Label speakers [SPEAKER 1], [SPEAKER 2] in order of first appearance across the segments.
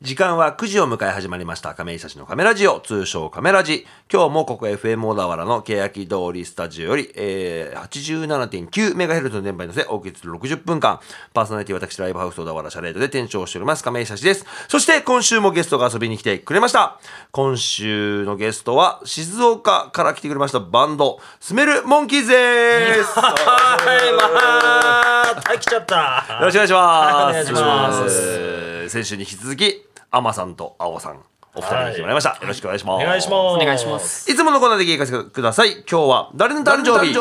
[SPEAKER 1] 時間は9時を迎え始まりました亀井久志のカメラジオ通称カメラジ今日もここ FM 小田原の欅通りスタジオより、えー、87.9MHz の電波に乗せお送りする60分間パーソナリティ私ライブハウス小田原シャレードで転唱しております亀井久志ですそして今週もゲストが遊びに来てくれました今週のゲストは静岡から来てくれましたバンドスメルモンキーズです
[SPEAKER 2] はい、まあ、はい、来ちゃった。
[SPEAKER 1] よろしくお願いします。
[SPEAKER 2] はいお願いします
[SPEAKER 1] えー先週に引き続き、アマさんとアオさん、お二人に来てもらいました。よろしくお願いします。
[SPEAKER 2] お願いします。
[SPEAKER 3] お願いしま。す。
[SPEAKER 1] いつものコーナーで聞かせてください。今日は誰の誕生日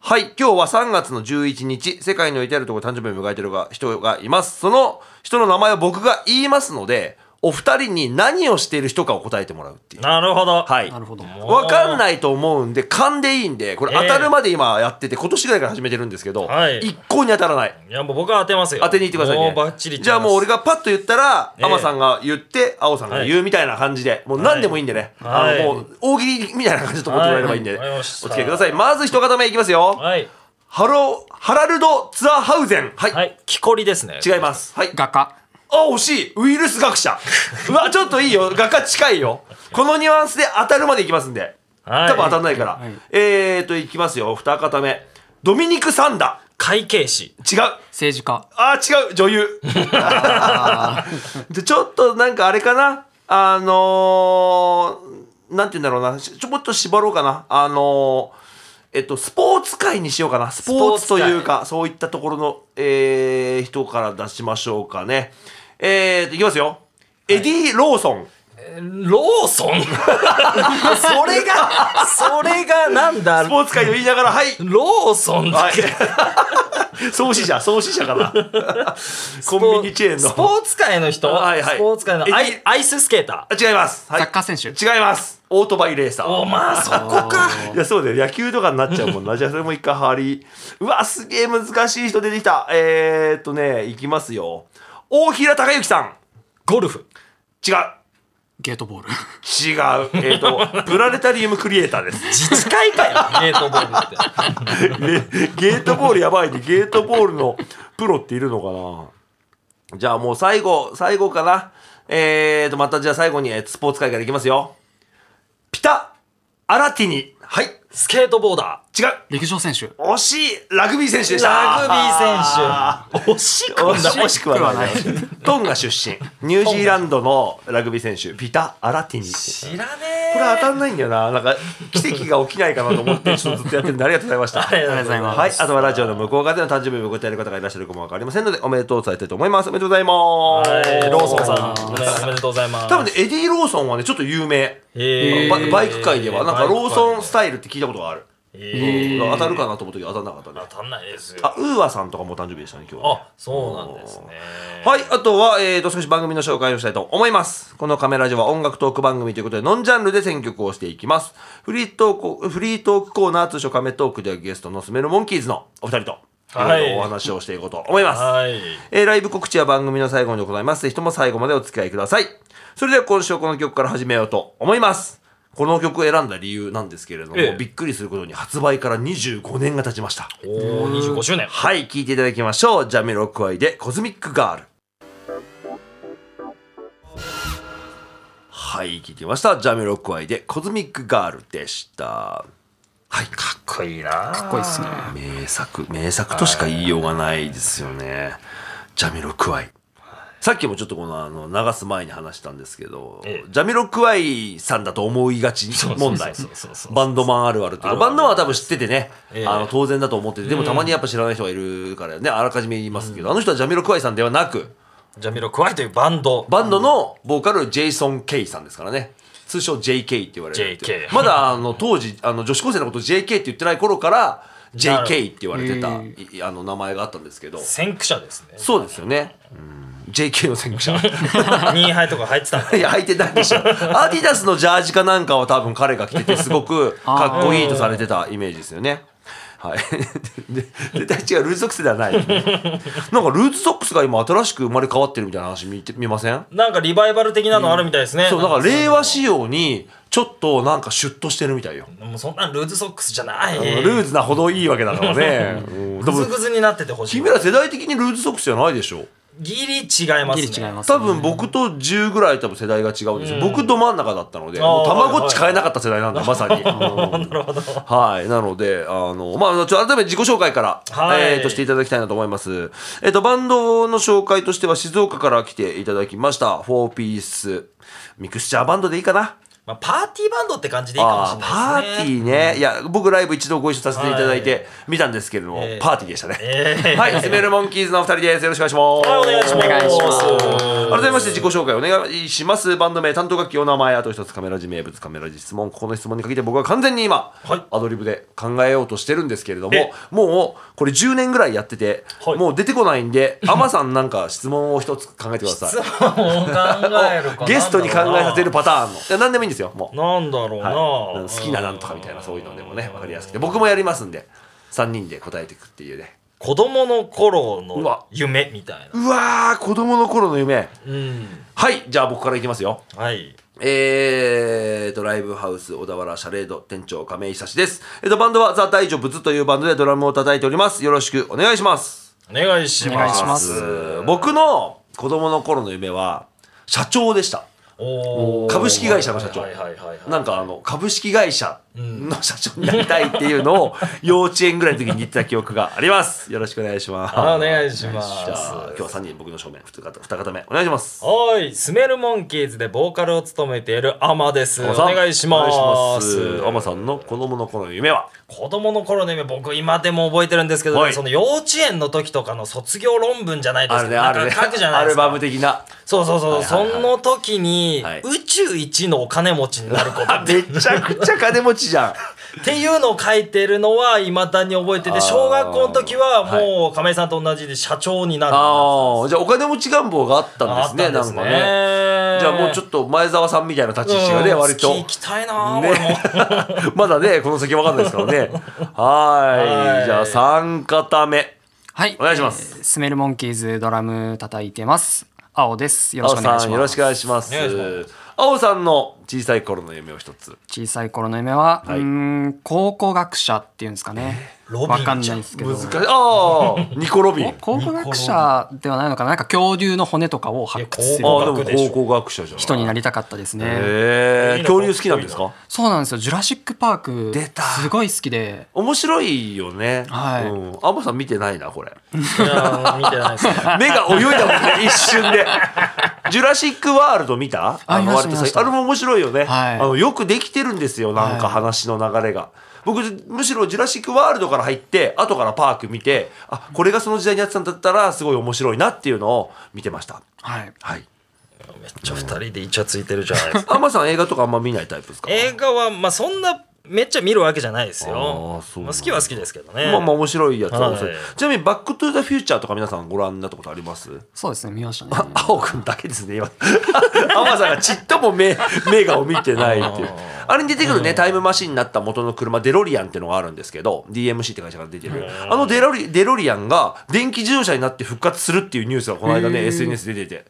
[SPEAKER 1] はい、今日は3月の11日、世界の至るところ誕生日を迎えてるが人がいます。その人の名前を僕が言いますので、お二人に何をしている人かを答えてもらうっていう。
[SPEAKER 2] なるほど。
[SPEAKER 1] はい。
[SPEAKER 3] なるほど。は
[SPEAKER 1] わかんないと思うんで、勘でいいんで、これ当たるまで今やってて、今年ぐらいから始めてるんですけど、
[SPEAKER 2] はい
[SPEAKER 1] 一向に当たらない。
[SPEAKER 2] いや、もう僕は当てますよ。
[SPEAKER 1] 当てに行ってくださいね。
[SPEAKER 2] もうバッチリ。
[SPEAKER 1] じゃあもう俺
[SPEAKER 2] が。
[SPEAKER 1] がパッと言ったら、
[SPEAKER 2] ええ
[SPEAKER 1] アマさんが言って、アオさんが言うみたいな感じで、もう何でもいいんでね。あ
[SPEAKER 2] はい
[SPEAKER 1] のもう大喜利みたいな感じでと思ってもらえればいいんで、
[SPEAKER 2] はいわかり
[SPEAKER 1] お
[SPEAKER 2] ました
[SPEAKER 1] 付き合いください。まず一方目いきますよ。
[SPEAKER 2] はい。
[SPEAKER 1] ハロー、ハラルド・ツアーハウゼン。はい。
[SPEAKER 2] はい、木こりですね。
[SPEAKER 1] 違います。はい。
[SPEAKER 3] 画家。
[SPEAKER 1] あ、惜しい。ウイルス学 者。うわ、ちょっといいよ。画家近いよ。このニュアンスで当たるまでいきますんで。
[SPEAKER 2] はい
[SPEAKER 1] 多分当たんないから。
[SPEAKER 3] はい
[SPEAKER 1] えーと、いきますよ。二方目。ドミニク・サンダ。
[SPEAKER 2] 会計士。
[SPEAKER 1] 違う。
[SPEAKER 3] 政治家。
[SPEAKER 1] あー違う女 優でちょっとなんかあれかなあのー、なんて言うんだろうなしちょもっと絞ろうかなあのーえっと、スポーツ界にしようかなスポーツというかそういったところの、えー人から出しましょうかねえー、といきますよエディ・ローソン、
[SPEAKER 2] ローソン。それが、それがなん だ
[SPEAKER 1] スポーツ界と言いながらはい
[SPEAKER 2] ローソンだ
[SPEAKER 1] は
[SPEAKER 2] っけ
[SPEAKER 1] い 創始者創始者か なコンビニチェーンの
[SPEAKER 2] スポーツ界の人、
[SPEAKER 1] はいはい
[SPEAKER 2] スポーツ界のアイアイススケーター。
[SPEAKER 1] あ違います、はい
[SPEAKER 3] サッカー選手。
[SPEAKER 1] 違いますオートバイレーサー
[SPEAKER 2] おまあ、そこか。
[SPEAKER 1] いやそうだよ野球とかになっちゃうもんなじゃあそれも一回張りうわすげえ難しい人出てきたえー、っとねいきますよ大平孝之さん
[SPEAKER 2] ゴルフ。
[SPEAKER 1] 違う
[SPEAKER 3] ゲートボール。
[SPEAKER 1] 違うえー、っとプラネタリウムクリエイターです
[SPEAKER 2] 自治会かよ。ゲートボールって。
[SPEAKER 1] ね ゲートボールやばいねゲートボールのプロっているのかなじゃあもう最後最後かなえー、とまたじゃあ最後にえースポーツ界からいきますよピタ・アラティニはい違
[SPEAKER 2] スケートボーダ
[SPEAKER 1] う
[SPEAKER 3] 陸上選手。
[SPEAKER 1] 惜しいラグビー選手で
[SPEAKER 2] ー。
[SPEAKER 1] した
[SPEAKER 2] ラグビー選手。惜しくもない
[SPEAKER 1] 惜しくはないトンガ出身ニュージーランドのラグビー選手ピタ・アラティニ
[SPEAKER 2] 知らねえ。
[SPEAKER 1] これ当たんないんだよななんか奇跡が起きないかなと思って ちょっとずっとやってるんでありがとうございました
[SPEAKER 2] ありがとうございます
[SPEAKER 1] はい、あとはラジオの向こう側での誕生日を迎える方がいらっしゃるかもわかりませんのでおめでとうを伝えたいと思いますおめでとうございます、
[SPEAKER 2] はい、ローソンさ
[SPEAKER 1] ん
[SPEAKER 2] ん、おめでとうございます。
[SPEAKER 1] 多分ねエディ・ローソンはねちょっと有名
[SPEAKER 2] へー
[SPEAKER 1] ババイク界ではなんかローソンスタイルって聞いたことがある
[SPEAKER 2] へー
[SPEAKER 1] 当たるかなと思ったけど当たんなかったね
[SPEAKER 2] 当たんないですよ。
[SPEAKER 1] あウーアさんとかもお誕生日でしたね今日はね
[SPEAKER 2] あ、そうなんですね。
[SPEAKER 1] はい、あとは、えー、と少し番組の紹介をしたいと思います。このカメラジオは音楽トーク番組ということで、ノンジャンルで選曲をしていきます。フリートーク、フリートークコーナー、通称カメトークではゲストのスメルモンキーズのお二人と、い
[SPEAKER 2] はい
[SPEAKER 1] ろいろお話をしていこうと思います。
[SPEAKER 2] はい。
[SPEAKER 1] えーライブ告知は番組の最後に行います。ぜひとも最後までお付き合いください。それでは今週はこの曲から始めようと思います。この曲を選んだ理由なんですけれども、
[SPEAKER 2] ええ
[SPEAKER 1] びっくりすることに発売から25年が経ちました。
[SPEAKER 2] おお、二十五周年。
[SPEAKER 1] はい、聞いていただきましょう。ジャミロクワイでコズミックガール。はい、聞いてました。ジャミロクワイでコズミックガールでした。はい、かっ
[SPEAKER 2] かっこいいな。か
[SPEAKER 3] かっこいいっすね。
[SPEAKER 1] 名作、名作としか言いようがないですよね。ジャミロクワイ。さっきもちょっとこのあの流す前に話したんですけど、
[SPEAKER 2] ええ
[SPEAKER 1] ジャミロクワイさんだと思いがち問題
[SPEAKER 2] そうそうそうそうそう
[SPEAKER 1] バンドマンあるあるっていう
[SPEAKER 2] あ
[SPEAKER 1] か
[SPEAKER 2] るある
[SPEAKER 1] バンドマンは多分知っててね、
[SPEAKER 2] ええ
[SPEAKER 1] あの当然だと思っててでもたまにやっぱ知らない人がいるからねあらかじめ言いますけど、あの人はジャミロクワイさんではなく
[SPEAKER 2] ジャミロクワイというバンド。
[SPEAKER 1] バンドのボーカルジェイソン・ケイさんですからね通称 JK って言われるっていう
[SPEAKER 2] JK
[SPEAKER 1] まだあの当時あの女子高生のこと JK って言ってない頃から
[SPEAKER 2] な
[SPEAKER 1] JK
[SPEAKER 2] る
[SPEAKER 1] って言われてた、
[SPEAKER 3] へ
[SPEAKER 1] いあの名前があったんですけど
[SPEAKER 2] 先駆者ですね。
[SPEAKER 1] そうですよね、うん、JK の先駆者
[SPEAKER 2] ニーハイとか入って たんだ。
[SPEAKER 1] いや履いてないでし ょアディダスのジャージかなんかは多分彼が着ててすごく かっこいいとされてたイメージですよねはい、で絶対違うルーズソックスではない、なんかルーズソックスが今新しく生まれ変わってるみたいな話見て見ません
[SPEAKER 2] なんかリバイバル的なのあるみたいです ね。
[SPEAKER 1] そうだから
[SPEAKER 2] なん
[SPEAKER 1] 令和仕様にちょっとなんかシュッとしてるみたいよ、
[SPEAKER 2] もうそんなルーズソックスじゃない。
[SPEAKER 1] ルーズ なほどいいわけだからね、うんで
[SPEAKER 2] グ
[SPEAKER 1] も
[SPEAKER 2] ズグズになっててほしい。
[SPEAKER 1] 君ら世代的にルーズソックスじゃないでしょ
[SPEAKER 2] ギリ違いますね。
[SPEAKER 3] ギリ違います、
[SPEAKER 1] 多分僕と10ぐらい多分世代が違うんですよ、僕ど真ん中だったので
[SPEAKER 2] あー
[SPEAKER 1] もうたまごっち買えなかった世代なんでまさに
[SPEAKER 2] なるほど。
[SPEAKER 1] はい。なので、あの、まあ、ちょ、改めて自己紹介から、
[SPEAKER 2] はい
[SPEAKER 1] えーとしていただきたいなと思います。えっ、と、バンドの紹介としては、静岡から来ていただきました、フォーピース、ミクスチャーバンドでいいかな。
[SPEAKER 2] まあ、パーティーバンドって感じでいいか
[SPEAKER 1] あ
[SPEAKER 2] も
[SPEAKER 1] ー
[SPEAKER 2] しれな
[SPEAKER 1] パ
[SPEAKER 2] いですね。
[SPEAKER 1] ーティーね。いや、僕ライブ一度ご一緒させていただい
[SPEAKER 2] は
[SPEAKER 1] て、見たんですけれども、
[SPEAKER 2] えー
[SPEAKER 1] パーティーでしたね。
[SPEAKER 2] えー
[SPEAKER 1] はい。スメルモンキーズのお二人です。よろしくお
[SPEAKER 2] はい、お
[SPEAKER 1] 願
[SPEAKER 2] 願
[SPEAKER 1] い
[SPEAKER 2] いし
[SPEAKER 1] し
[SPEAKER 2] ま。
[SPEAKER 1] ますす。
[SPEAKER 2] お
[SPEAKER 1] 改めまして自己紹介お願いします。バンド名、担当楽器、お名前、あと一つカメラ字名物、カメラ字質問、ここの質問にかけて僕は完全に今、
[SPEAKER 2] はい
[SPEAKER 1] アドリブで考えようとしてるんですけれども
[SPEAKER 2] え、
[SPEAKER 1] もうこれ10年ぐらいやってて、
[SPEAKER 2] はい
[SPEAKER 1] もう出てこないんで、アマさんなんか質問を一つ考えてください。
[SPEAKER 2] 考えるか。
[SPEAKER 1] ゲストに考えさせるパターンの。いや何でもいいんですよ、もう。
[SPEAKER 2] なんだろうな、
[SPEAKER 1] はい、好きななんとかみたいなそういうのでもね分かりやすくて僕もやりますんで3人で答えていくっていうね
[SPEAKER 2] 子供の頃
[SPEAKER 1] う
[SPEAKER 2] の
[SPEAKER 1] わ
[SPEAKER 2] 夢みたいな
[SPEAKER 1] うわー子供の頃の夢
[SPEAKER 2] うん
[SPEAKER 1] はいじゃあ僕からいきますよ
[SPEAKER 2] はい
[SPEAKER 1] えーと、ライブハウス小田原シャレード店長亀井久志です。えっと、バンドはザ・大丈夫ズというバンドでドラムを叩いております。よろしくお願いします。
[SPEAKER 2] お願いし
[SPEAKER 3] お願
[SPEAKER 2] ま
[SPEAKER 3] い
[SPEAKER 2] す
[SPEAKER 3] します
[SPEAKER 1] 僕の子供の頃の夢は社長でした。
[SPEAKER 2] おー
[SPEAKER 1] 株式会社の社長
[SPEAKER 2] はいはいはいはい
[SPEAKER 1] なんかあの、株式会社の社長になりたいっていうのを幼稚園ぐらいの時に言ってた記憶があります。よろしくお願いします。
[SPEAKER 2] あお願いします
[SPEAKER 1] じゃあ、今日は3人僕の正面、2方二方目、お願いします。
[SPEAKER 2] おいスメルモンキーズでボーカルを務めているアマですお
[SPEAKER 1] さん
[SPEAKER 2] 願いします
[SPEAKER 1] お願いしますアマさんの子供の頃の夢は
[SPEAKER 2] 子供の頃の夢僕今でも覚えてるんですけど、
[SPEAKER 1] はい
[SPEAKER 2] その幼稚園の時とかの卒業論文じゃないで
[SPEAKER 1] あ
[SPEAKER 2] す
[SPEAKER 1] る
[SPEAKER 2] け
[SPEAKER 1] ね、
[SPEAKER 2] ど
[SPEAKER 1] ある
[SPEAKER 2] なん
[SPEAKER 1] ね。
[SPEAKER 2] か書くじゃない
[SPEAKER 1] ア
[SPEAKER 2] で
[SPEAKER 1] ル
[SPEAKER 2] すか
[SPEAKER 1] バム的な。
[SPEAKER 2] そうそうそう、
[SPEAKER 1] はいはいはい
[SPEAKER 2] その時に、
[SPEAKER 1] はい
[SPEAKER 2] 宇宙一のお金持ちになる こと
[SPEAKER 1] あ、めちゃくちゃ金持ちじゃん。
[SPEAKER 2] っていうのを書いてるのはいまだに覚えて
[SPEAKER 1] あー
[SPEAKER 2] て小学校の時はもう亀井さんと同じで社長になる
[SPEAKER 1] ああ、じゃあお金持ち願望があったんですね、なんかね。じゃあもうちょ
[SPEAKER 2] っ
[SPEAKER 1] っと前澤さんみたいな立ち位置がね、割と。
[SPEAKER 2] 行きたいな、
[SPEAKER 1] ね
[SPEAKER 2] 俺も
[SPEAKER 1] まだね、この先わかんないですから ね。は。
[SPEAKER 2] はいい
[SPEAKER 1] じゃあ3方目。
[SPEAKER 3] はい
[SPEAKER 1] お願いします
[SPEAKER 3] えースメルモンキーズドラム叩いてます青ですよろし
[SPEAKER 1] 青
[SPEAKER 3] くお願い
[SPEAKER 1] さ
[SPEAKER 3] し
[SPEAKER 1] ん、よ
[SPEAKER 3] ます
[SPEAKER 1] ろしくお願いします
[SPEAKER 2] お願いし。
[SPEAKER 1] 青さんの小さい頃の夢を一つ。
[SPEAKER 3] 小さい頃の夢は、
[SPEAKER 1] はいう
[SPEAKER 3] ーん考古学者っていうんですかね
[SPEAKER 2] ロビン
[SPEAKER 3] わかんないですけど
[SPEAKER 1] 難しい。あ あ、ニコロビン。あ
[SPEAKER 3] 考古学者ではないのかななんか恐竜の骨とかを発掘す
[SPEAKER 1] あ
[SPEAKER 3] る
[SPEAKER 2] 考
[SPEAKER 1] ー、
[SPEAKER 2] 古学
[SPEAKER 1] で
[SPEAKER 2] でし
[SPEAKER 1] も
[SPEAKER 2] ょ
[SPEAKER 1] 考古学者じゃん。
[SPEAKER 3] 人になりたかったですね
[SPEAKER 1] へ
[SPEAKER 2] いい
[SPEAKER 1] え、
[SPEAKER 2] な
[SPEAKER 1] 恐竜好きなんですか
[SPEAKER 3] そうなんですよ「ジュラシック・パーク」
[SPEAKER 1] 出た
[SPEAKER 3] すごい好きで
[SPEAKER 1] 面白いよね。
[SPEAKER 3] はい
[SPEAKER 1] うん。アマさん見てないな、こ れ。
[SPEAKER 2] いや見てないですね
[SPEAKER 1] 目が泳いだもんね一瞬でジュラシック・ワールド見た
[SPEAKER 3] あ見まし
[SPEAKER 1] 割と
[SPEAKER 3] た見ました
[SPEAKER 1] あれも面白いよね、
[SPEAKER 3] はい
[SPEAKER 1] あのよくできてるんですよなんか
[SPEAKER 3] はい
[SPEAKER 1] 話の流れが、僕むしろジュラシック・ワールドから入って後からパーク見てあこれがその時代にやってたんだったらすごい面白いなっていうのを見てました
[SPEAKER 3] はい
[SPEAKER 1] はい
[SPEAKER 2] めっちゃ二人でイチャついてるじゃないですか
[SPEAKER 1] アンマさん映画 とかあんま見ないタイプですか
[SPEAKER 2] 映画はまあそんなめっちゃ見るわけじゃないです
[SPEAKER 1] あー
[SPEAKER 2] よ
[SPEAKER 1] そう
[SPEAKER 2] まあ、好きは好きですけどね
[SPEAKER 1] まあまあ面白いやつは面白い、
[SPEAKER 2] はい
[SPEAKER 1] ちなみに「バック・トゥ・ザ・フューチャー」とか皆さんご覧になったことあります
[SPEAKER 3] そうですね見ましたね
[SPEAKER 1] 青くんだけですね 今天さんがちっとも目 目がを見てないっていうあれに出てくるねタイムマシンになった元の車デロリアンっていうのがあるんですけど DMC って会社から出てるあのデロリデロリアンが電気自動車になって復活するっていうニュースがこの間ね SNS で出てて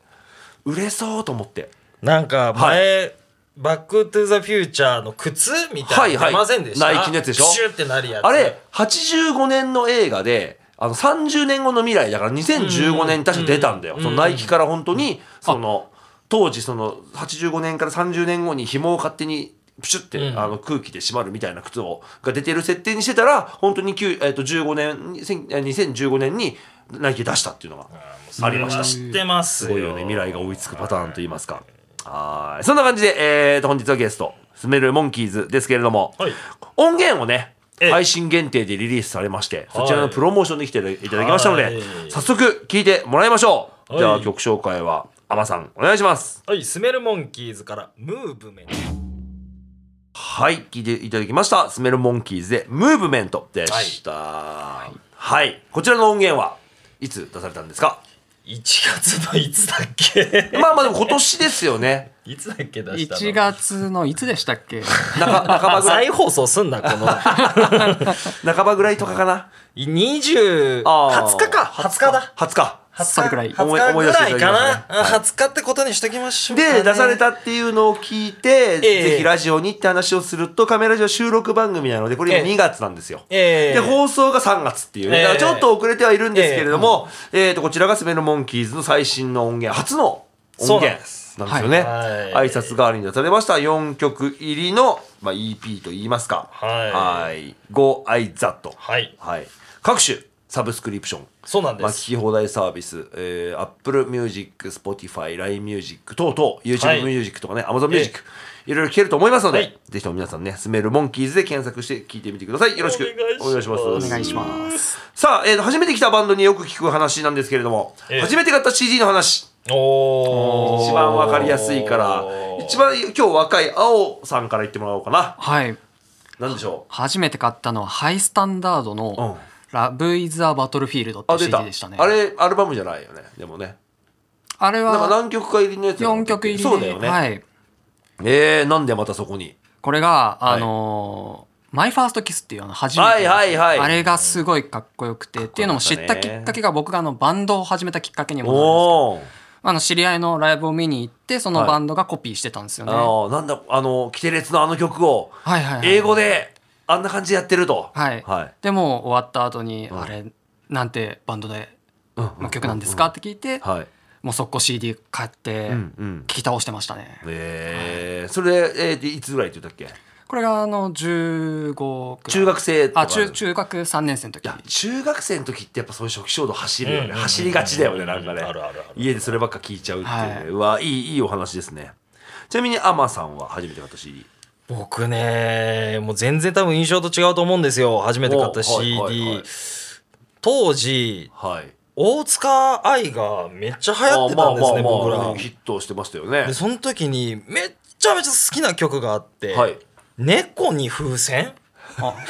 [SPEAKER 1] 売れそうと思って
[SPEAKER 2] なんか前、バック・トゥ・ザ・フューチャーの靴みたいなの
[SPEAKER 1] はいはい
[SPEAKER 2] 出ませんでした、
[SPEAKER 1] ナイキのやつでしょ
[SPEAKER 2] シュってなるやつ
[SPEAKER 1] あれ85年の映画であの30年後の未来だから2015年に確か出たんだよ、そのナイキから本当にその当時その85年から30年後に紐を勝手にプシュって、
[SPEAKER 2] うん
[SPEAKER 1] あの空気で締まるみたいな靴をが出てる設定にしてたら本当に、9えっと15年に1000え2015年にナイキ出したっていうのがありました
[SPEAKER 2] 知ってま
[SPEAKER 1] す
[SPEAKER 2] すよ
[SPEAKER 1] ごいよね未来が追いつくパターンといいますかはいそんな感じで、えー、と本日はゲストスメルモンキーズですけれども、
[SPEAKER 2] はい
[SPEAKER 1] 音源をね
[SPEAKER 2] ええ
[SPEAKER 1] 配信限定でリリースされましてそちらの
[SPEAKER 2] はい
[SPEAKER 1] プロモーションで来ていただきましたので、
[SPEAKER 2] はい
[SPEAKER 1] 早速聴いてもらいましょう、
[SPEAKER 2] はい
[SPEAKER 1] じゃあ曲紹介はアマさんお願いします
[SPEAKER 2] はいスメルモンキーズからムーブメント
[SPEAKER 1] はい聴いていただきましたスメルモンキーズで「ムーブメント」でしたはい、こちらの音源はいつ出されたんですか
[SPEAKER 2] 1月のいつだっけ
[SPEAKER 1] まあまあでも今年ですよね
[SPEAKER 2] いつだっけ出したの
[SPEAKER 3] 1月のいつでしたっけ
[SPEAKER 1] 中半ばぐらい
[SPEAKER 2] 再放送すんなこの
[SPEAKER 1] 半ばぐらいとかかな
[SPEAKER 2] 2020
[SPEAKER 1] あー
[SPEAKER 2] 日か20日だ
[SPEAKER 1] 20日
[SPEAKER 3] それくらい
[SPEAKER 2] 20
[SPEAKER 1] 思い
[SPEAKER 2] 日
[SPEAKER 1] 思
[SPEAKER 2] ぐ
[SPEAKER 1] い出して
[SPEAKER 2] ら
[SPEAKER 1] い
[SPEAKER 2] い
[SPEAKER 1] ただき
[SPEAKER 2] か
[SPEAKER 1] ま
[SPEAKER 2] な
[SPEAKER 1] したね、
[SPEAKER 2] あ20日ってことにしときましょうかね、
[SPEAKER 1] で出されたっていうのを聞いて、
[SPEAKER 2] ええ
[SPEAKER 1] ぜひラジオにって話をするとカメラジオ収録番組なのでこれ
[SPEAKER 2] ええ
[SPEAKER 1] 今2月なんですよ、
[SPEAKER 2] ええ
[SPEAKER 1] で放送が3月っていうね、
[SPEAKER 2] ええ
[SPEAKER 1] だからちょっと遅れてはいるんですけれども、えーとこちらがスメルモンキーズの最新の音源初の音源
[SPEAKER 2] そうな
[SPEAKER 1] なん
[SPEAKER 2] んで
[SPEAKER 1] です
[SPEAKER 2] す
[SPEAKER 1] よね、
[SPEAKER 2] はい
[SPEAKER 1] 挨拶代わりに出されました4曲入りの、まあ、EP といいますか
[SPEAKER 2] はい
[SPEAKER 1] はい「Go I That」
[SPEAKER 2] はい
[SPEAKER 1] はい、各種サブスクリプション
[SPEAKER 2] そうなんです
[SPEAKER 1] まあ、聞き放題サービス、えー、Apple Music、Spotify、LINE Music 等々、
[SPEAKER 2] は
[SPEAKER 1] YouTube
[SPEAKER 2] い
[SPEAKER 1] Music とかね、Amazon Music、いろいろ聞けると思いますので、
[SPEAKER 2] はい
[SPEAKER 1] ぜひとも皆さんね、スメルモンキーズで検索して聞いてみてください。よろしくお願
[SPEAKER 2] お願
[SPEAKER 1] い
[SPEAKER 2] い
[SPEAKER 1] し
[SPEAKER 2] し
[SPEAKER 1] ま。
[SPEAKER 2] ますす
[SPEAKER 3] お願いします。
[SPEAKER 1] さあ、えー、初めて来たバンドによく聞く話なんですけれども、
[SPEAKER 2] ええ
[SPEAKER 1] 初めて買った CD の話、
[SPEAKER 2] おー
[SPEAKER 1] 一番わかりやすいから、一番今日若い青さんから言ってもらおうかな。
[SPEAKER 3] はい。
[SPEAKER 1] なんでしょ
[SPEAKER 3] 初めて買ったのはハイスタンダードの「ラブ・イズ・ア・バトルフィールド」っ
[SPEAKER 1] う。あ、出
[SPEAKER 3] て CD
[SPEAKER 1] た。
[SPEAKER 3] でしたね
[SPEAKER 1] あれ、アルバムじゃないよね。でもね。
[SPEAKER 3] あれ
[SPEAKER 1] なんか
[SPEAKER 3] は
[SPEAKER 1] 何曲か入りのやつなの
[SPEAKER 3] 4曲入りで
[SPEAKER 1] そうだよね。
[SPEAKER 3] はい、
[SPEAKER 1] えー、なんでまたそこに。
[SPEAKER 3] これが
[SPEAKER 1] い
[SPEAKER 3] あのーマイファーストキスっていうあの初めての
[SPEAKER 1] はいはいはい
[SPEAKER 3] あれがすごいかっこよくてっていうのも知ったきっかけが僕があのバンドを始めたきっかけにもなるんですけど
[SPEAKER 1] おおー。
[SPEAKER 3] あの知り合いのライブを見に行ってそのバンドがコピーしてたんですよね、
[SPEAKER 1] あのなんだあのキテレツのあの曲を
[SPEAKER 3] はいはいはい
[SPEAKER 1] 英語であんな感じでやってると。
[SPEAKER 3] はい、
[SPEAKER 1] はい。
[SPEAKER 3] でも終わった後に、あれなんてバンドでの曲なんですかって聞いて、
[SPEAKER 1] はい。
[SPEAKER 3] もう速攻 CD 買って
[SPEAKER 1] うんうん
[SPEAKER 3] 聞き倒してましたね、
[SPEAKER 1] えー、それえー、いつぐらいって言ったっけ？
[SPEAKER 3] これがあの15くらい
[SPEAKER 1] 中学生とか
[SPEAKER 3] あ中中学3年生の時
[SPEAKER 1] いや中学生の時ってやっぱそういう初期衝動走るよね、
[SPEAKER 2] うん
[SPEAKER 1] 走りがちだよねなんかね、
[SPEAKER 2] あるあるある
[SPEAKER 1] 家でそればっか聞いちゃうっていうね、
[SPEAKER 3] はいう
[SPEAKER 1] わいいいいお話ですねちなみにアマさんは初めて買った CD
[SPEAKER 2] 僕ねもう全然多分印象と違うと思うんですよ初めて買った
[SPEAKER 1] おはい
[SPEAKER 2] CD、
[SPEAKER 1] はいはい
[SPEAKER 2] 当時
[SPEAKER 1] はい
[SPEAKER 2] 大塚愛がめっちゃ流行ってたんですね、
[SPEAKER 1] あまあまあまあ
[SPEAKER 2] 僕
[SPEAKER 1] ヒットしてましたよね
[SPEAKER 2] らでその時にめっちゃめちゃ好きな曲があって「
[SPEAKER 1] はい
[SPEAKER 2] 猫に風船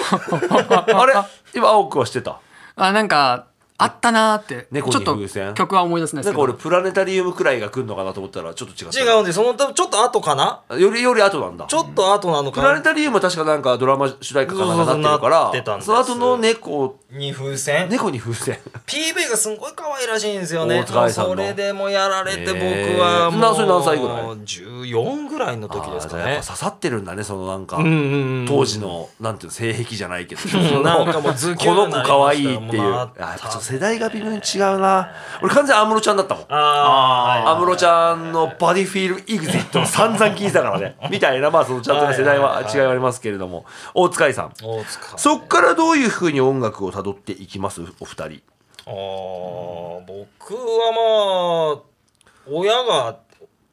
[SPEAKER 1] あれ今青くはしてた
[SPEAKER 3] あなんかあったなーって
[SPEAKER 1] 猫に
[SPEAKER 3] ちょっ
[SPEAKER 1] 風船
[SPEAKER 3] と曲は思い出せないで
[SPEAKER 1] な
[SPEAKER 3] す
[SPEAKER 1] んか
[SPEAKER 3] けど
[SPEAKER 1] 俺プラネタリウムくらいが来るのかなと思ったらちょっと違」っ
[SPEAKER 2] 違
[SPEAKER 1] た
[SPEAKER 2] うんでその多分ちょっと後かな
[SPEAKER 1] よりより後なんだ
[SPEAKER 2] ちょっと後なの
[SPEAKER 1] プ
[SPEAKER 2] か
[SPEAKER 1] ラネ
[SPEAKER 2] な
[SPEAKER 1] タリウムは確かなんかドラマ主題歌かなんかなってる
[SPEAKER 2] そうそうそうなって
[SPEAKER 1] か
[SPEAKER 2] たん
[SPEAKER 1] ら
[SPEAKER 2] です
[SPEAKER 1] その後の猫
[SPEAKER 2] に風船
[SPEAKER 1] 猫に風船
[SPEAKER 2] PV がすんごい可愛らしいんですよね
[SPEAKER 1] 大塚愛さんの
[SPEAKER 2] もうそれでもやられて僕
[SPEAKER 1] へ
[SPEAKER 2] は
[SPEAKER 1] ー
[SPEAKER 2] もう
[SPEAKER 1] なそれ何歳ぐらい
[SPEAKER 2] 14ぐらいの時ですか
[SPEAKER 1] あーじゃあやっ
[SPEAKER 2] ね
[SPEAKER 1] ぱ刺さってるんだねそのなんか、
[SPEAKER 2] うんうんうん
[SPEAKER 1] 当時のなんていうの性癖じゃないけど
[SPEAKER 2] なんかもうズキュ
[SPEAKER 1] こ
[SPEAKER 2] ン
[SPEAKER 1] の子
[SPEAKER 2] になりました
[SPEAKER 1] 可愛いっていう
[SPEAKER 2] もう
[SPEAKER 1] あ
[SPEAKER 2] あ
[SPEAKER 1] やっ
[SPEAKER 2] った
[SPEAKER 1] ぱちょっと世代が微妙に違うな俺完全に安室ちゃんだったもん
[SPEAKER 2] あー
[SPEAKER 1] 安室ちゃんのバディフィールエグゼットを散々聞いてたからね みたいなまあそのちゃんとね世代は
[SPEAKER 2] はいはいはい
[SPEAKER 1] 違いはありますけれども大塚愛さん
[SPEAKER 2] 大塚
[SPEAKER 1] そっからどういうふうに音楽をたどっていきますお二人
[SPEAKER 2] あー僕はまあ親が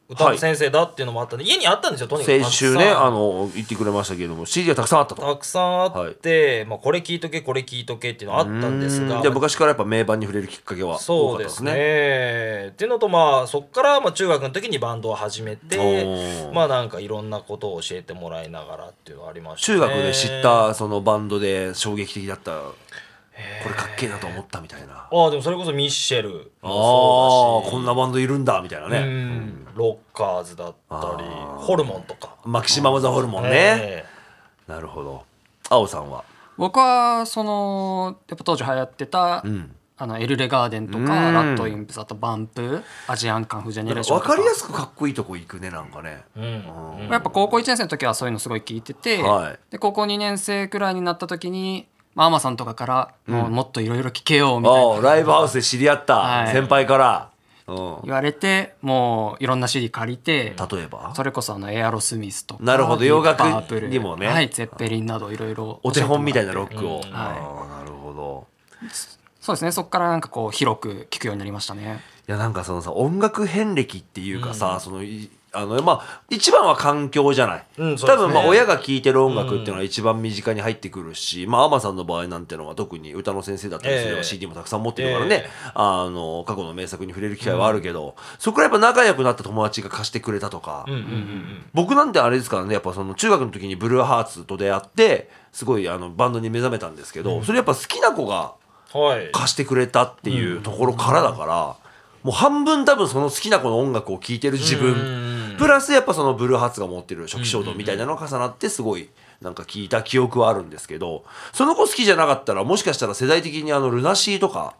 [SPEAKER 2] 歌の先生だっていうのもあったんで、家にあったんですよとにかく
[SPEAKER 1] 先週ね
[SPEAKER 2] たくさ
[SPEAKER 1] あ
[SPEAKER 2] ん
[SPEAKER 1] の言ってくれましたけれども CD がたくさんあったと
[SPEAKER 2] たくさんあって、まあ、これ聞いとけこれ聞いとけっていうのあったんですが
[SPEAKER 1] じゃあ昔からやっぱ名盤に触れるきっかけは多
[SPEAKER 2] そ
[SPEAKER 1] かっ
[SPEAKER 2] う
[SPEAKER 1] た
[SPEAKER 2] で
[SPEAKER 1] です
[SPEAKER 2] す
[SPEAKER 1] ね
[SPEAKER 2] ね。っていうのとまあそっからまあ中学の時にバンドを始め
[SPEAKER 1] お
[SPEAKER 2] て
[SPEAKER 1] ー
[SPEAKER 2] まあなんかいろんねえーそうなことを教えてもらいながらっていうのありました、
[SPEAKER 1] 中学で知ったそのバンドで衝撃的だったこれかっけえなと思ったみたいなあ
[SPEAKER 2] ああでもそれこそミッシェル
[SPEAKER 1] あー
[SPEAKER 2] もそうだし
[SPEAKER 1] こんなバンドいるんだみたいな
[SPEAKER 2] う
[SPEAKER 1] ね
[SPEAKER 2] んロッカーズだったり
[SPEAKER 1] あー
[SPEAKER 2] ホルモンとか
[SPEAKER 1] マキシマム・ザ・ホルモンね
[SPEAKER 2] え
[SPEAKER 1] なるほど青さんは
[SPEAKER 3] 僕はそのやっぱ当時流行ってた、
[SPEAKER 1] ん
[SPEAKER 3] あのエルレガーデンとか、
[SPEAKER 1] うん
[SPEAKER 3] ラットインプスあとバンプアジアンカンフジェネレーション
[SPEAKER 1] 分
[SPEAKER 3] と
[SPEAKER 1] かりやすくかっこいいとこ行くねなんかね
[SPEAKER 2] えうん
[SPEAKER 1] うん
[SPEAKER 3] やっぱ高校1年生の時はそういうのすごい聞いてて、
[SPEAKER 1] はい
[SPEAKER 3] で高校2年生くらいになった時にまあアマさんとかから、もうもっといろいろ聞けよみたい
[SPEAKER 1] ああ
[SPEAKER 3] な
[SPEAKER 1] ライブハウスで知り合った
[SPEAKER 3] はい
[SPEAKER 1] 先輩からうん
[SPEAKER 3] 言われてもういろんな CD 借りて
[SPEAKER 1] 例えば
[SPEAKER 3] それこそあのエアロスミスとか
[SPEAKER 1] なるほど
[SPEAKER 3] ディープ
[SPEAKER 1] 洋楽
[SPEAKER 3] パープル
[SPEAKER 1] にもね
[SPEAKER 3] はい、ゼッペリンなどいろいろ
[SPEAKER 1] お手本みたいなロックを
[SPEAKER 2] うん
[SPEAKER 1] ああなるほど
[SPEAKER 3] そうですねそこからなんかこう広く聞くようになりましたね
[SPEAKER 1] いやなんかそのさ音楽遍歴っていうかさ、そのいあのまあ一番は環境じゃない、
[SPEAKER 2] うんそう
[SPEAKER 1] 多
[SPEAKER 2] です
[SPEAKER 1] 分
[SPEAKER 2] ね
[SPEAKER 1] まあ親が聴いてる音楽っていうのは一番身近に入ってくるし、まあアマさんの場合なんてのは特に歌の先生だったりすれ
[SPEAKER 2] え
[SPEAKER 1] ば
[SPEAKER 2] え
[SPEAKER 1] CD もたくさん持ってるからね、あの過去の名作に触れる機会はあるけど、そこからやっぱ仲良くなった友達が貸してくれたとか、
[SPEAKER 2] うんうんうん
[SPEAKER 1] 僕なんてあれですからねやっぱその中学の時にブルーハーツと出会ってすごいあのバンドに目覚めたんですけど、それやっぱ好きな子が
[SPEAKER 2] うんはい
[SPEAKER 1] 貸してくれたっていうところからだから、もう半分多分その好きな子の音楽を聴いてる自
[SPEAKER 2] うんうんう
[SPEAKER 1] 分プラスやっぱそのブルーハーツが持ってる初期衝動みたいなのが重なってすごいなんか聞いた記憶はあるんですけどその子好きじゃなかったらもしかしたら世代的にあのルナシーとか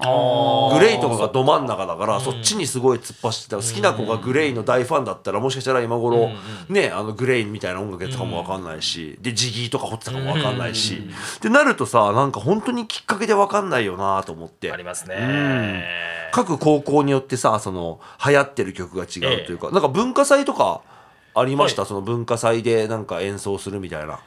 [SPEAKER 1] グレイとかがど真ん中だからそっちにすごい突っ走ってた好きな子がグレイの大ファンだったらもしかしたら今頃ねあのグレイみたいな音楽やってたかもわかんないしでジギーとか掘ってたかもわかんないしってなるとさなんか本当にきっかけでわかんないよなと思って
[SPEAKER 2] あります
[SPEAKER 1] うん
[SPEAKER 2] ね。
[SPEAKER 1] 各高校によってさその流行ってる曲が違うというか、なんか文化祭とかありました、その文化祭でなんか演奏するみたいな、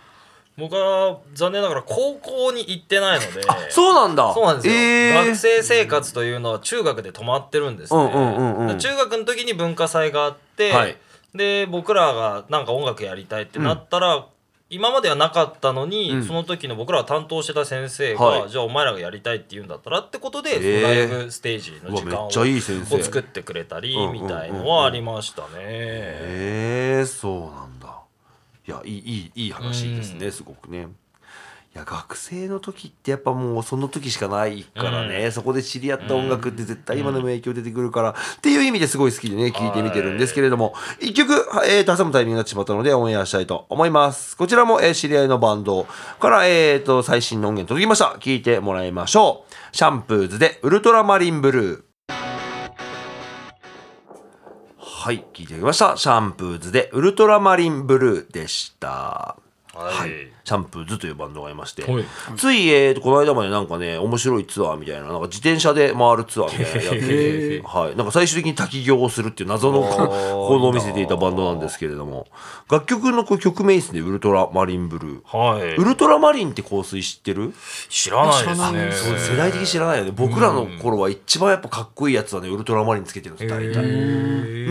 [SPEAKER 2] 僕は残念ながら高校に行ってないので。
[SPEAKER 1] そうなんだ
[SPEAKER 2] そうなんですよ、
[SPEAKER 1] えー
[SPEAKER 2] 学生生活というのは中学で止まってるんですね、
[SPEAKER 1] うんうんうんうん
[SPEAKER 2] だから中学の時に文化祭があって、
[SPEAKER 1] はい
[SPEAKER 2] で僕らがなんか音楽やりたいってなったら、今まではなかったのに、
[SPEAKER 1] ん
[SPEAKER 2] その時の僕らが担当してた先生が、
[SPEAKER 1] はい
[SPEAKER 2] じゃあお前らがやりたいって言うんだったらってことで、
[SPEAKER 1] ー
[SPEAKER 2] そのライブステージの時
[SPEAKER 1] うわ
[SPEAKER 2] 間
[SPEAKER 1] め
[SPEAKER 2] を
[SPEAKER 1] っちゃいい先生
[SPEAKER 2] を作ってくれたり
[SPEAKER 1] うんうんうんうん
[SPEAKER 2] みたいのはありましたね。
[SPEAKER 1] えー、そうなんだいやいいいいいい話ですね、
[SPEAKER 2] うん
[SPEAKER 1] すごくねいや学生の時ってやっぱもうその時しかないからね、そこで知り合った音楽って絶対今でも影響出てくるから、っていう意味ですごい好きでね聞いてみてるんですけれども一曲、えー、と挟むタイミングになってしまったのでオンエアしたいと思いますこちらも、えー知り合いのバンドから、えー、と最新の音源届きました聞いてもらいましょうシャンプーズでウルトラマリンブルーはい、聞いてきました。シャンプーズでウルトラマリンブルーでした。
[SPEAKER 2] はい
[SPEAKER 1] シャンプーズというバンドがいまして、
[SPEAKER 2] はい
[SPEAKER 1] つい、えーとこの間までなんかね面白いツアーみたいななんか自転車で回るツアーみたいなのやってて、はい、なんか最終的に滝行をするっていう謎の
[SPEAKER 2] あー
[SPEAKER 1] 行動を見せていたバンドなんですけれども楽曲のこう曲名ですね「ウルトラマリンブルー」
[SPEAKER 2] はい
[SPEAKER 1] ウルトラマリンって香水知ってる
[SPEAKER 2] 知らないで
[SPEAKER 3] 知ら
[SPEAKER 2] す
[SPEAKER 3] ない
[SPEAKER 2] ね。
[SPEAKER 3] です
[SPEAKER 1] そう世代的に知らないよね僕らの頃は一番やっぱかっこいいやつはねウルトラマリンつけてるんですよ大体。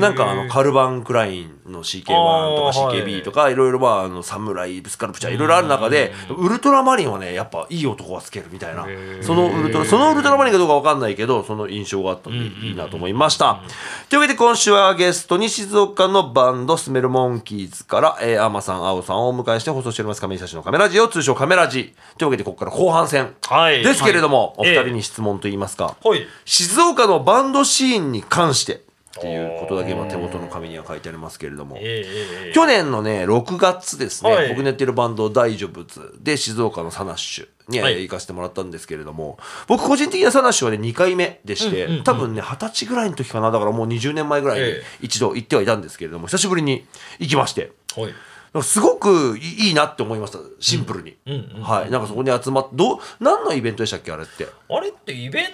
[SPEAKER 1] なんかあのカルバン・クラインの CK1 とか
[SPEAKER 2] あーはい
[SPEAKER 1] CKB とかいろいろまああのサムライスカルプチャーいろいろある中でウルトラマリンはねやっぱいい男はつけるみたいなそのウルトラそのウルトラマリンかどうかわかんないけどその印象があったんでいいなと思いましたというわけで今週はゲストに静岡のバンドスメルモンキーズからえーアマさん青さんをお迎えして放送しております亀井久志のカメラジオ通称カメラジというわけでここから後半戦
[SPEAKER 2] はい
[SPEAKER 1] ですけれどもお
[SPEAKER 2] はい
[SPEAKER 1] 二人に質問といいますか
[SPEAKER 2] はい
[SPEAKER 1] 静岡のバンドシーンに関してっていうことだけ今手元の紙には書いてありますけれども
[SPEAKER 2] ええええええ
[SPEAKER 1] 去年のね6月ですね、
[SPEAKER 2] はい
[SPEAKER 1] 僕のやってるバンド「大丈夫ズ」で静岡のサナッシュに
[SPEAKER 2] はい
[SPEAKER 1] 行かせてもらったんですけれども、僕個人的なサナッシュはね2回目でして、
[SPEAKER 2] うんうんうん
[SPEAKER 1] 多分ね二十歳ぐらいの時かなだからもう20年前ぐらいに
[SPEAKER 2] ええ
[SPEAKER 1] 一度行ってはいたんですけれども久しぶりに行きまして。
[SPEAKER 2] はい
[SPEAKER 1] なんかすごくいいいなって思いましたシンプルに、
[SPEAKER 2] うんうんうん
[SPEAKER 1] はいなんかそこに集まってどう何のイベントでしたっけあれって
[SPEAKER 2] あれってイベン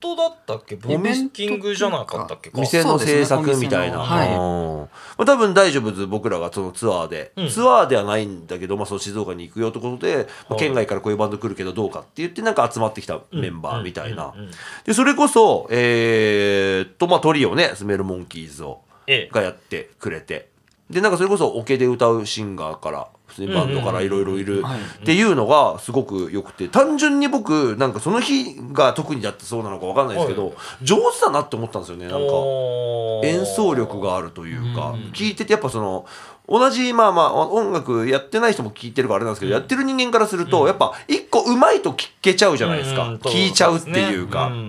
[SPEAKER 2] トだったっけブースキングじゃなかったっけか
[SPEAKER 1] 店の制作みたいな、
[SPEAKER 3] そうです
[SPEAKER 1] う
[SPEAKER 3] ねお店
[SPEAKER 1] んまあ、多分大丈夫です僕らがそのツアーで、
[SPEAKER 2] うん
[SPEAKER 1] ツアーではないんだけど、まあ、その静岡に行くよってことで、まあ、県外からこういうバンド来るけどどうかって言ってなんか集まってきたメンバーみたいな、
[SPEAKER 2] うんうんうんうん
[SPEAKER 1] でそれこそえーっとまあトリオねスメルモンキーズを
[SPEAKER 2] ええ
[SPEAKER 1] がやってくれてでなんかそれこそオケで歌うシンガーから普通にバンドからいろいろいる
[SPEAKER 3] うんはい
[SPEAKER 1] っていうのがすごくよくて単純に僕なんかその日が特にだってそうなのかわかんないですけど、
[SPEAKER 2] は
[SPEAKER 1] 上手だなって思ったんですよねなんか。
[SPEAKER 2] おー
[SPEAKER 1] 演奏力があるというか、
[SPEAKER 2] うんうん
[SPEAKER 1] 聞いててやっぱその同じまあまあ音楽やってない人も聞いてるからあれなんですけど、やってる人間からすると、やっぱ一個うまいと聞けちゃうじゃないですか、
[SPEAKER 2] うんん
[SPEAKER 1] 聞いちゃうっていうか、
[SPEAKER 2] そです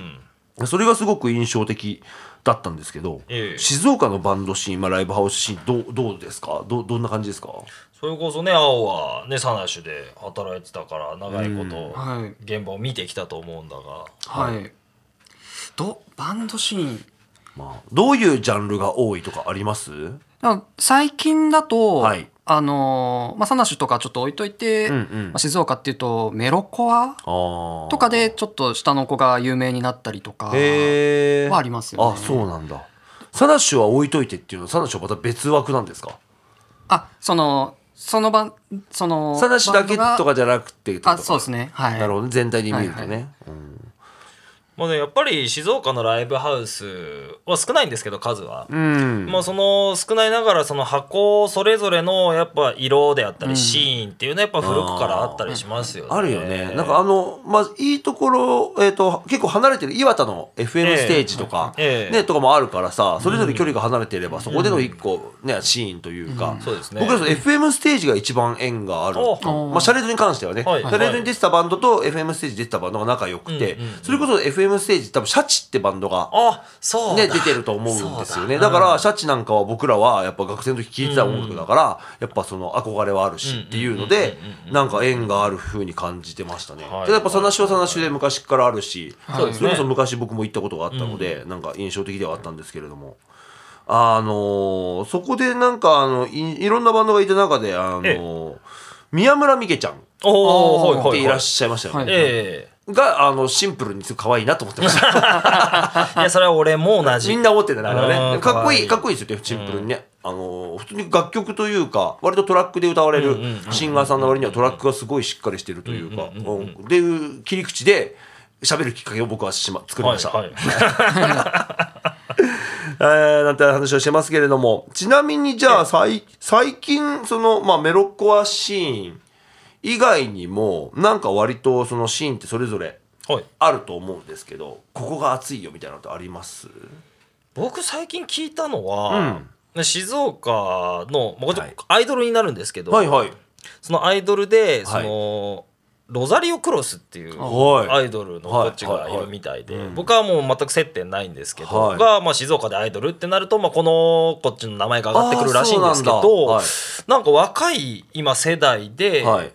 [SPEAKER 2] ねん
[SPEAKER 1] それがすごく印象的だったんですけど、
[SPEAKER 2] ええ
[SPEAKER 1] 静岡のバンドシーン、まあ、ライブハウスシーンどうどうですかどうどんな感じですか
[SPEAKER 2] それこそね青はねサナッシュで働いてたから長いこ
[SPEAKER 1] うん
[SPEAKER 2] と
[SPEAKER 3] はい
[SPEAKER 2] 現場を見てきたと思うんだが、
[SPEAKER 3] はいどバンドシーン
[SPEAKER 1] まあ、どういうジャンルが多いとかあります
[SPEAKER 3] だから最近だと、
[SPEAKER 1] はい
[SPEAKER 3] あのーまあ、サナシュとかちょっと置いといて、
[SPEAKER 1] うんうん
[SPEAKER 3] まあ、静岡っていうとメロコア
[SPEAKER 1] あ
[SPEAKER 3] とかでちょっと下の子が有名になったりとか
[SPEAKER 1] へえ
[SPEAKER 3] はありますよ
[SPEAKER 1] あ
[SPEAKER 3] ね
[SPEAKER 1] そうなんだサナッシュは置いといてっていうのはサナッシュはまた別枠なんですか
[SPEAKER 3] あそのそのばその
[SPEAKER 1] サナシだけ
[SPEAKER 3] バン
[SPEAKER 1] と
[SPEAKER 3] ドが
[SPEAKER 1] かじゃなくてってこと
[SPEAKER 3] あそうですねはい
[SPEAKER 1] なるほどね全体で見るとね、
[SPEAKER 3] はいは
[SPEAKER 1] うん
[SPEAKER 2] まあね、やっぱり静岡のライブハウスは少ないんですけど数は、
[SPEAKER 1] うん
[SPEAKER 2] まあ、その少ないながらその箱それぞれのやっぱ色であった
[SPEAKER 3] う
[SPEAKER 2] り
[SPEAKER 3] ん
[SPEAKER 2] シーンっていうのはやっぱ古くからあったりしますよね。
[SPEAKER 1] あるよね、なんかあのまあいいところ、えー、と結構離れてる岩田の FM
[SPEAKER 2] ええ
[SPEAKER 1] ステージとか、
[SPEAKER 2] ええ
[SPEAKER 1] ね、とかもあるからさそれぞれ距離が離れてれば、そこでの一個、ね、シーンというか、
[SPEAKER 2] そうですね
[SPEAKER 1] 僕らその FM ステージが一番縁がある
[SPEAKER 2] お
[SPEAKER 1] まあ、シャレードに関してはね、
[SPEAKER 2] はい
[SPEAKER 1] シャレードに出てたバンドと FM ステージ出てたバンドが仲良くて、
[SPEAKER 2] うんうんうん
[SPEAKER 1] それこそ FM FM ステージ多分シャチってバンドが
[SPEAKER 2] あそうだ
[SPEAKER 1] ね、出てると思うんですよね。
[SPEAKER 2] そ
[SPEAKER 1] だ
[SPEAKER 2] う
[SPEAKER 1] から、シャチなんかは僕らは、やっぱ学生の時聴いてた音楽だから、やっぱその憧れはあるしっていうので、なんか縁がある風に感じてましたね。
[SPEAKER 2] はい
[SPEAKER 1] でやっぱ、さなしはさなしで昔からあるし、
[SPEAKER 2] そうですね
[SPEAKER 1] それこそ昔僕も行ったことがあったので、なんか印象的ではあったんですけれども。あのーそこでなんか、あの、いいろんなバンドがいた中で、あの
[SPEAKER 2] え
[SPEAKER 1] ー宮村美ちゃんっ
[SPEAKER 2] おお
[SPEAKER 3] あー
[SPEAKER 2] はいは
[SPEAKER 1] て
[SPEAKER 2] い
[SPEAKER 1] いら
[SPEAKER 2] は
[SPEAKER 1] っ
[SPEAKER 2] い
[SPEAKER 1] しゃいましたよね。
[SPEAKER 3] はい
[SPEAKER 2] え
[SPEAKER 1] が、あの、シンプルにすごい可愛いなと思ってました。
[SPEAKER 2] えいやそれは俺も同じ
[SPEAKER 1] みんな思ってんだね、あれ
[SPEAKER 2] あ
[SPEAKER 1] は
[SPEAKER 2] ー
[SPEAKER 1] ね。かっこいい、
[SPEAKER 2] か
[SPEAKER 1] か
[SPEAKER 2] わいい
[SPEAKER 1] っこいいですよね、シンプルにね。あのー、普通に楽曲というか、割とトラックで歌われるシンガーさんの割にはトラックがすごいしっかりしてるというか、うんでいう切り口で喋るきっかけを僕はしま作りました。
[SPEAKER 2] はいはい
[SPEAKER 1] えーなんて話をしてますけれども、ちなみにじゃあ、最最近、その、まあ、メロコアシーン以外にも、なんか割とそのシーンってそれぞれ
[SPEAKER 2] はい
[SPEAKER 1] あると思うんですけど、ここが熱いよみたいなのってあります
[SPEAKER 2] 僕最近聞いたの
[SPEAKER 1] う
[SPEAKER 2] は
[SPEAKER 1] ん、
[SPEAKER 2] ね静岡の、まあこっち
[SPEAKER 1] はい
[SPEAKER 2] アイドルになるんですけど、
[SPEAKER 1] はいはい。
[SPEAKER 2] そのアイドルで
[SPEAKER 1] は
[SPEAKER 2] そ
[SPEAKER 1] い
[SPEAKER 2] の、ロザリオ・クロスっていう
[SPEAKER 1] はい
[SPEAKER 2] アイドルの
[SPEAKER 1] はい
[SPEAKER 2] こっちが
[SPEAKER 1] はい
[SPEAKER 2] いるみたいで、
[SPEAKER 1] はいうん
[SPEAKER 2] 僕はもう全く接点ないんですけど、
[SPEAKER 1] はい
[SPEAKER 2] が、まあ、静岡でアイドルってなると、まあ、このこっちの名前が上がってくるらしいんですけ
[SPEAKER 1] あーそう
[SPEAKER 2] ど
[SPEAKER 1] なんだ
[SPEAKER 2] な,、
[SPEAKER 1] はい
[SPEAKER 2] んか若い今世代で、
[SPEAKER 1] はい。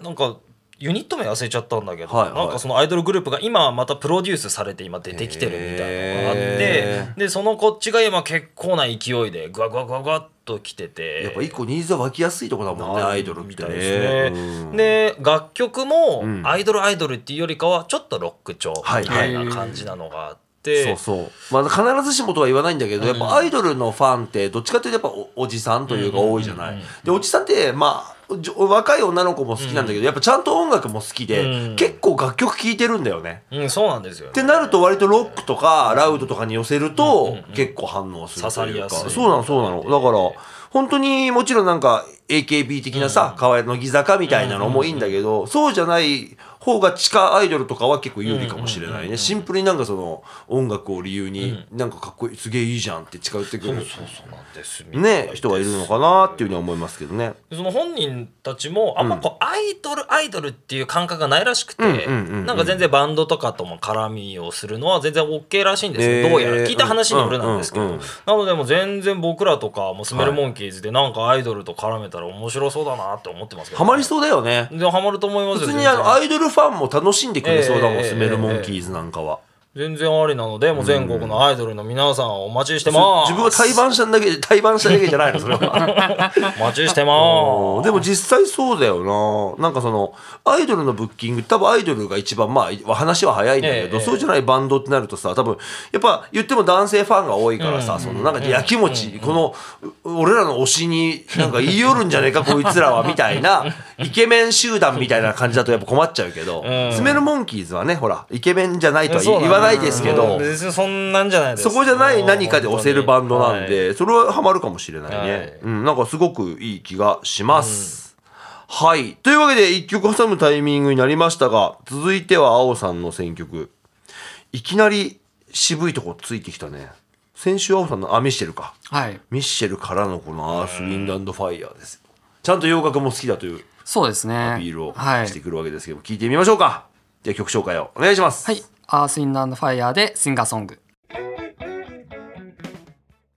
[SPEAKER 2] なんかユニット名忘れちゃったんだけど、
[SPEAKER 1] はいはい
[SPEAKER 2] なんかそのアイドルグループが今またプロデュースされて今出てきてるみたいなのがあって
[SPEAKER 1] へ
[SPEAKER 2] でそのこっちが今結構な勢いでグワグワグワグワっと来てて
[SPEAKER 1] やっぱ一個ニーズは湧きやすいとこだもんね、アイドルみ
[SPEAKER 2] み
[SPEAKER 1] た
[SPEAKER 2] た
[SPEAKER 1] い
[SPEAKER 2] い
[SPEAKER 1] ね。
[SPEAKER 2] です
[SPEAKER 1] う
[SPEAKER 2] ね。
[SPEAKER 1] ん
[SPEAKER 2] で楽曲も
[SPEAKER 1] うん
[SPEAKER 2] アイドルアイドルっていうよりかはちょっとロック調
[SPEAKER 1] はい
[SPEAKER 2] みたいな感じなのがあっ
[SPEAKER 1] そ
[SPEAKER 2] て
[SPEAKER 1] うそう、まあ、必ずしもとは言わないんだけど、やっぱアイドルのファンってどっちかというとやっぱおおじさんというか多いじゃない、でおじさんってまあじょ若い女の子も好きなんだけど、やっぱちゃんと音楽も好きで、
[SPEAKER 2] うん
[SPEAKER 1] 結構楽曲聴いてるんだよね、
[SPEAKER 2] うんそうなんですよね。
[SPEAKER 1] ってなると割とロックとかラウドとかに寄せると結構反応するというか
[SPEAKER 2] 刺さりやすい
[SPEAKER 1] そうなのそうなのだから本当にもちろんなんか AKB 的なさ可愛い乃木坂みたいなのもいいんだけどそうじゃない方が地下アイドルとかは結構有利かもしれないねシンプルになんかその音楽を理由になんかかっこいいすげえいいじゃんって近寄ってくる
[SPEAKER 2] そうそうなんですみたいです
[SPEAKER 1] ね人がいるのかなっていうふうには思いますけどね
[SPEAKER 2] その本人たちもあんまこうアイドルアイドルっていう感覚がないらしくて
[SPEAKER 1] うんうんうんうん
[SPEAKER 2] なんか全然バンドとかとも絡みをするのは全然 OK らしいんです
[SPEAKER 1] へー
[SPEAKER 2] よどうやら聞いた話によるなんですけ
[SPEAKER 1] うんうんうん
[SPEAKER 2] どなのでもう全然僕らとかもスメルモンキーズでなんかアイドルと絡めたら面白そうだなって思ってますけど
[SPEAKER 1] ハマりそうだよね
[SPEAKER 2] うハマると思います
[SPEAKER 1] 普
[SPEAKER 2] よ
[SPEAKER 1] 通にあ
[SPEAKER 2] 全
[SPEAKER 1] の
[SPEAKER 2] 然
[SPEAKER 1] アイドルファンも楽しんでくれそうだもん
[SPEAKER 2] ええ
[SPEAKER 1] スメルモンキーズなんかは。
[SPEAKER 2] 全然ありなのでもう全国のアイドルの皆さんをお待ちしてます
[SPEAKER 1] 自分が対バンしたんだけ対バンしただけじゃないのそれ は
[SPEAKER 2] お待ちしてま
[SPEAKER 1] うんでも実際そうだよななんかそのアイドルのブッキング多分アイドルが一番まあ話は早いんだけど、
[SPEAKER 2] ええ
[SPEAKER 1] そうじゃないバンドってなるとさ多分やっぱ言っても男性ファンが多いからさ、そのなんかやきもち、このう俺らの推しになんか言い寄るんじゃねえ かこいつらはみたいなイケメン集団みたいな感じだとやっぱ困っちゃうけど、
[SPEAKER 2] ん
[SPEAKER 1] スメルモンキーズはねほらイケメンじゃないとは
[SPEAKER 2] そう
[SPEAKER 1] 言
[SPEAKER 2] な
[SPEAKER 1] 言わ
[SPEAKER 2] ん
[SPEAKER 1] ないですけど。
[SPEAKER 2] 別にそんなんじゃないです
[SPEAKER 1] そこじゃない何かで押せるバンドなん
[SPEAKER 2] はい
[SPEAKER 1] で、それはハマるかもしれないね、
[SPEAKER 2] はい
[SPEAKER 1] うん、なんかすごくいい気がします、はいというわけで1曲挟むタイミングになりましたが続いては青さんの選曲いきなり渋いとこついてきたね先週青さんのあミッシェルか
[SPEAKER 3] はい
[SPEAKER 1] ミッシェルからのこの「アース・ウィンド・アンド・ファイヤー」ですよちゃんと洋楽も好きだという
[SPEAKER 3] そうですね
[SPEAKER 1] ビールを
[SPEAKER 3] はい
[SPEAKER 1] してくるわけですけど、聞いてみましょうかでは曲紹介をお願いします
[SPEAKER 3] はい「アース・インド・アンド・ファイヤー」で「シンガーソング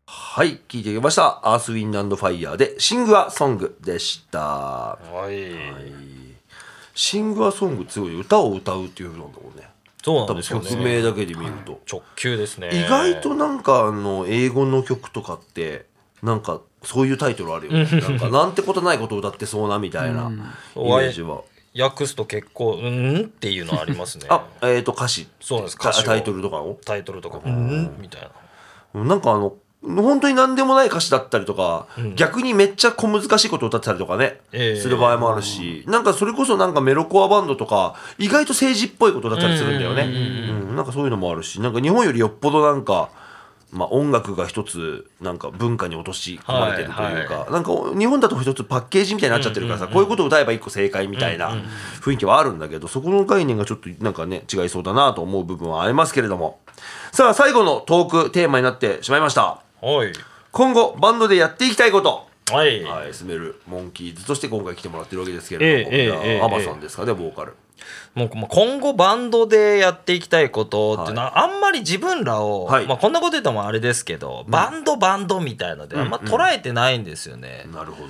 [SPEAKER 1] はい、聞いてきました。アースウィンドアンドファイヤーで、シングアソングでした。
[SPEAKER 2] はい
[SPEAKER 1] シングアソングってすごい歌を歌うっていう風なんだもんね。
[SPEAKER 2] そうな
[SPEAKER 1] 多
[SPEAKER 2] ん
[SPEAKER 1] 分
[SPEAKER 2] ですよ
[SPEAKER 1] 曲
[SPEAKER 2] ね
[SPEAKER 1] 名だけで見ると。
[SPEAKER 2] 直球ですね
[SPEAKER 1] 意外となんかあの英語の曲とかってなんかそういうタイトルあるよね。なんかなんてことないこと歌ってそうなみたいなイメージは。
[SPEAKER 2] 訳すと結構うんっていうのありますね
[SPEAKER 1] あ、えっ、と歌詞。
[SPEAKER 2] そうなんです
[SPEAKER 1] か
[SPEAKER 2] 歌詞を
[SPEAKER 1] タイトルとかを
[SPEAKER 2] タイトルとかもうんみたいな
[SPEAKER 1] なんかあの、本当に何でもない歌詞だったりとか、逆にめっちゃ小難しいこと歌ってたりとかね、
[SPEAKER 2] ええ
[SPEAKER 1] する場合もあるし、なんかそれこそなんかメロコアバンドとか、意外と政治っぽいことだったりするんだよね。うんなんかそういうのもあるし、なんか日本よりよっぽどなんか、まあ音楽が一つなんか文化に落とし込まれてるというか、
[SPEAKER 2] は
[SPEAKER 1] なんか日本だと一つパッケージみたいになっちゃってるからさ、こういうことを歌えば一個正解みたいな雰囲気はあるんだけど、そこの概念がちょっとなんかね、違いそうだなと思う部分はありますけれども。さあ、最後のトークテーマになってしまいました。
[SPEAKER 2] はい
[SPEAKER 1] 今後、バンドでやっていきたいこと。
[SPEAKER 2] はい
[SPEAKER 1] はい、スメルモンキーズとして今回来てもらってるわけですけれども、
[SPEAKER 2] ええ
[SPEAKER 1] じゃあ
[SPEAKER 2] ええええ
[SPEAKER 1] アバさんですかね、ボーカル。
[SPEAKER 2] もうまあ今後バンドでやっていきたいことっていうのは、あんまり自分らを、
[SPEAKER 1] はい
[SPEAKER 2] まあ、こんなこと言ったらもうあれですけど、バンドバンドみたいのであんま捉えてないんですよね、
[SPEAKER 1] なるほ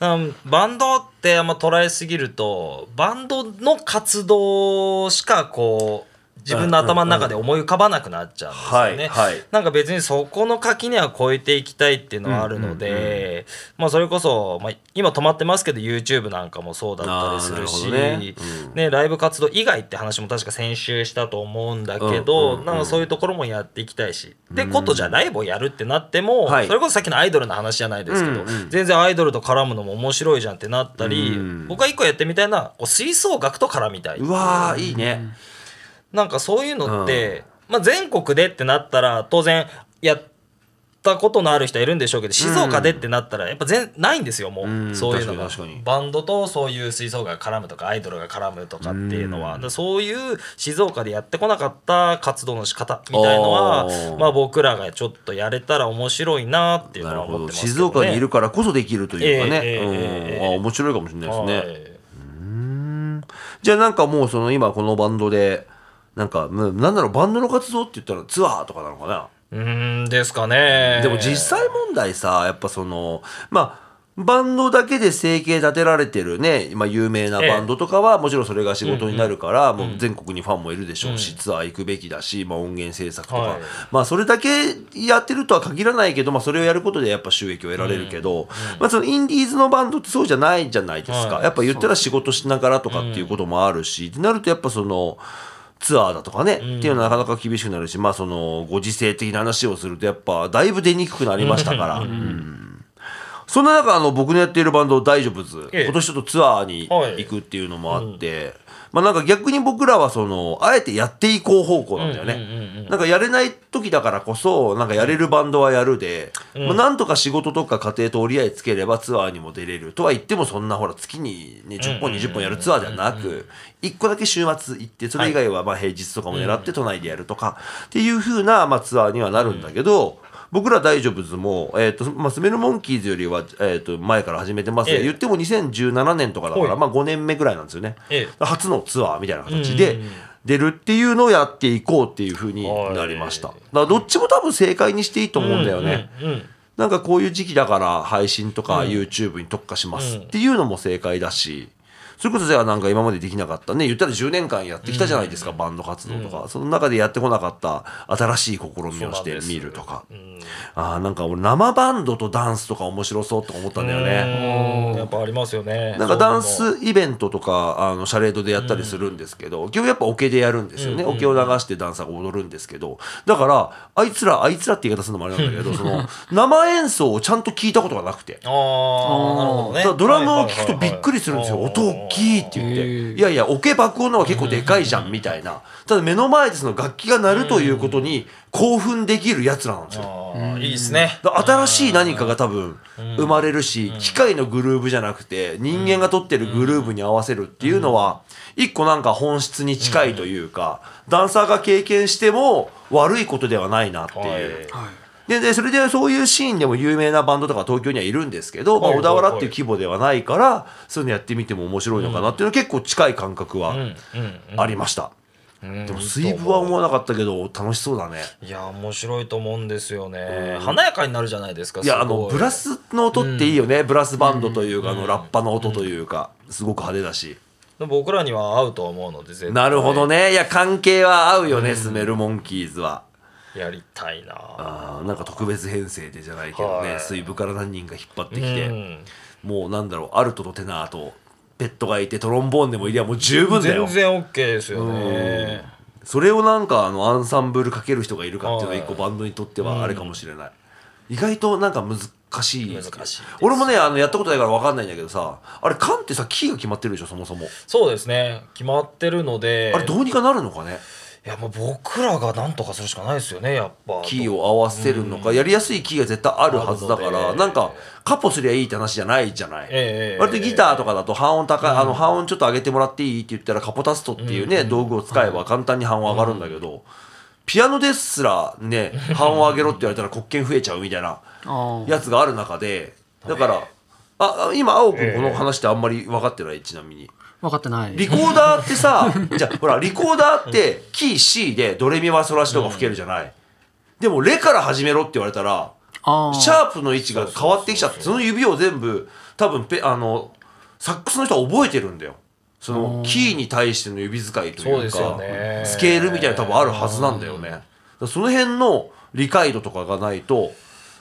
[SPEAKER 1] ど。
[SPEAKER 2] うんバンドってあんま捉えすぎるとバンドの活動しかこう自分の頭の中で思い浮かばなくなっちゃうんですよね。
[SPEAKER 1] はいはい
[SPEAKER 2] なんか別にそこの垣根は越えていきたいっていうのはあるので、
[SPEAKER 1] うんうん
[SPEAKER 2] まあ、それこそ、まあ、今止まってますけど YouTube なんかもそうだったりするし
[SPEAKER 1] あーなるほどねうん
[SPEAKER 2] ねライブ活動以外って話も確か先週したと思うんだけど、
[SPEAKER 1] うんうんうん
[SPEAKER 2] なんかそういうところもやっていきたいし。ってことじゃライブをやるってなっても、
[SPEAKER 1] はい
[SPEAKER 2] それこそさっきのアイドルの話じゃないですけど、
[SPEAKER 1] うんうん
[SPEAKER 2] 全然アイドルと絡むのも面白いじゃんってなったり、
[SPEAKER 1] うん
[SPEAKER 2] 僕が一個やってみたいなこう吹奏楽と絡みたいう
[SPEAKER 1] わー、いいね。
[SPEAKER 2] なんかそういうのって、まあ、全国でってなったら当然やったことのある人はいるんでしょうけど静岡でってなったらやっぱ全ないんですよもう、
[SPEAKER 1] うん
[SPEAKER 2] そういうのが
[SPEAKER 1] 確かに確かに
[SPEAKER 2] バンドとそういう吹奏楽が絡むとかアイドルが絡むとかっていうのは、だからそういう静岡でやってこなかった活動の仕方みたいの
[SPEAKER 1] あー
[SPEAKER 2] は、まあ、僕らがちょっとやれたら面白いなっていう
[SPEAKER 1] な
[SPEAKER 2] の
[SPEAKER 1] る
[SPEAKER 2] は
[SPEAKER 1] ほ
[SPEAKER 2] 思っ
[SPEAKER 1] ど。
[SPEAKER 2] てますけど、ね、
[SPEAKER 1] 静岡にいるからこそできるというかね。
[SPEAKER 2] えええええ
[SPEAKER 1] うん。
[SPEAKER 2] え
[SPEAKER 1] あ、面白いかもしれないですね。
[SPEAKER 2] はい
[SPEAKER 1] じゃあなんかもうその今このバンドでなんかむなんだろうバンドの活動って言ったらツアーとかなのかな、
[SPEAKER 2] うーんですかね
[SPEAKER 1] でも実際問題さやっぱそのまあバンドだけで生計立てられてるね今有名なバンドとかはもちろんそれが仕事になるから、もう全国にファンもいるでしょうし、ツアー行くべきだし、まあ、音源制作とか、
[SPEAKER 2] はい
[SPEAKER 1] まあそれだけやってるとは限らないけど、まあ、それをやることでやっぱ収益を得られるけど、まあ、そのインディーズのバンドってそうじゃないじゃないですか、
[SPEAKER 2] はい
[SPEAKER 1] やっぱ言ったら仕事しながらとかっていうこともあるし、ってなるとやっぱそのツアーだとかね、っていうのはなかなか厳しくなるしまあそのご時世的な話をするとやっぱだいぶ出にくくなりましたから。うんそんな中あの僕のやっているバンド大丈夫ズ、
[SPEAKER 2] ええ
[SPEAKER 1] 今年ちょっとツアーに行くっていうのもあって、まあなんか逆に僕らはそのあえてやっていこう方向なんだよね、
[SPEAKER 2] うんうんうん
[SPEAKER 1] なんかやれない時だからこそなんかやれるバンドはやるで、まあ、なんとか仕事とか家庭と折り合いつければツアーにも出れるとは言ってもそんなほら月に、ね、10本20本やるツアーじゃなく1個だけ週末行ってそれ以外はまあ平日とかも狙って都内でやるとかっていう風なまあツアーにはなるんだけど。僕ら大丈夫ズも、えーとまあ、スメルモンキーズよりは、えー、と前から始めてますが、
[SPEAKER 2] ええ
[SPEAKER 1] 言っても2017年とかだから、
[SPEAKER 2] はい
[SPEAKER 1] まあ、5年目ぐらいなんですよね、
[SPEAKER 2] え
[SPEAKER 1] 初のツアーみたいな形
[SPEAKER 2] う
[SPEAKER 1] で
[SPEAKER 2] んうんうん
[SPEAKER 1] 出るっていうのをやっていこうっていうふうになりました、
[SPEAKER 2] はい
[SPEAKER 1] だからどっちも多分正解にしていいと思うんだよね、
[SPEAKER 2] うんうんうん
[SPEAKER 1] なんかこういう時期だから配信とか YouTube に特化しますっていうのも正解だし、それこそじゃあなんか今までできなかったね言ったら10年間やってきたじゃないですか、バンド活動とか、その中でやってこなかった新しい試みをしてみるとか、
[SPEAKER 2] うん
[SPEAKER 1] あーなんか俺生バンドとダンスとか面白そうとか思ったんだよね、
[SPEAKER 2] うんやっぱありますよね。
[SPEAKER 1] なんかダン
[SPEAKER 2] そういう
[SPEAKER 1] スイベントとかあのシャレードでやったりするんですけど、基本やっぱオケでやるんですよね、オケを流してダンサーが踊るんですけどだからあいつらあいつらって言い方するのもあれなんだけどその生演奏をちゃんと聞いたことがなくて。
[SPEAKER 2] のも。ああ、なるほど
[SPEAKER 1] だ
[SPEAKER 2] ね。
[SPEAKER 1] からドラムを聞くとびっくりするんですよ、
[SPEAKER 2] はいはい
[SPEAKER 1] 音
[SPEAKER 2] はい
[SPEAKER 1] 大きいって言っ
[SPEAKER 3] へ
[SPEAKER 1] て、
[SPEAKER 3] ー
[SPEAKER 1] いやいや、オケ爆音の方が結構でかいじゃんみたいな、ただ目の前でその楽器が鳴るということに興奮できるやつらなんですよ。
[SPEAKER 2] ああいいですね。
[SPEAKER 1] だ新しい何かが多分生まれるし、機械のグルーブじゃなくて人間が取ってるグルーブに合わせるっていうのは一個なんか本質に近いというか、ダンサーが経験しても悪いことではないなっていう。
[SPEAKER 3] はい
[SPEAKER 1] ででそれでそういうシーンでも有名なバンドとか東京にはいるんですけど、まあ、
[SPEAKER 2] は
[SPEAKER 1] 小
[SPEAKER 2] いはい
[SPEAKER 1] 田
[SPEAKER 2] はい
[SPEAKER 1] 原っていう規模ではないからそういうのやってみても面白いのかなっていうのは結構近い感覚はありました、
[SPEAKER 2] はい
[SPEAKER 1] でも水分は思わなかったけど楽しそうだね
[SPEAKER 2] いや面白いと思うんですよね。華やかになるじゃないですか。
[SPEAKER 1] いやあ
[SPEAKER 2] すご
[SPEAKER 1] のブラ。スの音っていいよね、ブラスバンドというか、あのラッパの音というか、すごく派手だし、
[SPEAKER 2] 僕らには合うと思うので絶対。
[SPEAKER 1] なるほど。ねいや関係は合うよね、スメルモンキーズは
[SPEAKER 2] やりたいな。
[SPEAKER 1] あーなんか特別編成でじゃないけどね、
[SPEAKER 2] はい
[SPEAKER 1] 水部から何人か引っ張って
[SPEAKER 2] う
[SPEAKER 1] きて、
[SPEAKER 2] ん
[SPEAKER 1] もうなんだろうアルトとテナーとペットがいてトロンボーンでもいりゃもう十分だよ
[SPEAKER 2] 全然オッケーですよね。
[SPEAKER 1] それをなんかあのアンサンブルかける人がいるかっていうのは
[SPEAKER 2] は
[SPEAKER 1] 一
[SPEAKER 2] い
[SPEAKER 1] 個バンドにとってはあれかもしれない、意外となんか難しい
[SPEAKER 2] 難しいです
[SPEAKER 1] 俺もねあのやったことないから分かんないんだけどさあれ缶ってさキーが決まってるでしょそもそも
[SPEAKER 2] そうですね。決まってるので。
[SPEAKER 1] あれどうにかなるのかね
[SPEAKER 2] いやもう僕らがなんとかするしかないですよね。やっぱ。
[SPEAKER 1] キーを合わせるのかやりやすいキーが絶対あるはずだか
[SPEAKER 2] なるほ
[SPEAKER 1] ら
[SPEAKER 2] どね
[SPEAKER 1] なんかカッポすりゃいいって話じゃないじゃない、
[SPEAKER 2] ええ
[SPEAKER 1] 割とギターとかだと半音高い、あの半音ちょっと上げてもらっていいって言ったらカポタストっていうね、道具を使えば簡単に半音上がるんだけど、ピアノですら ね半音上げろって言われたら黒鍵増えちゃうみたいな
[SPEAKER 3] あ
[SPEAKER 1] やつがある中でだから、ああ今青くんこの話ってあんまり分かってないちなみに。
[SPEAKER 3] あ分かってない
[SPEAKER 1] リコーダーってさ じゃあほらリコーダーってキー C でドレミファソラシドが吹けるじゃない、でもレから始めろって言われたら
[SPEAKER 3] あー
[SPEAKER 1] シャープの位置が変わってきちゃってその指を全部多分ペあのサックスの人は覚えてるんだよそのキーに対しての指使いと
[SPEAKER 2] そう
[SPEAKER 1] い
[SPEAKER 2] で
[SPEAKER 1] う
[SPEAKER 2] すよ
[SPEAKER 1] か
[SPEAKER 2] ね
[SPEAKER 1] スケールみたいなの多分あるはずなんだよねだからその辺の理解度とかがないと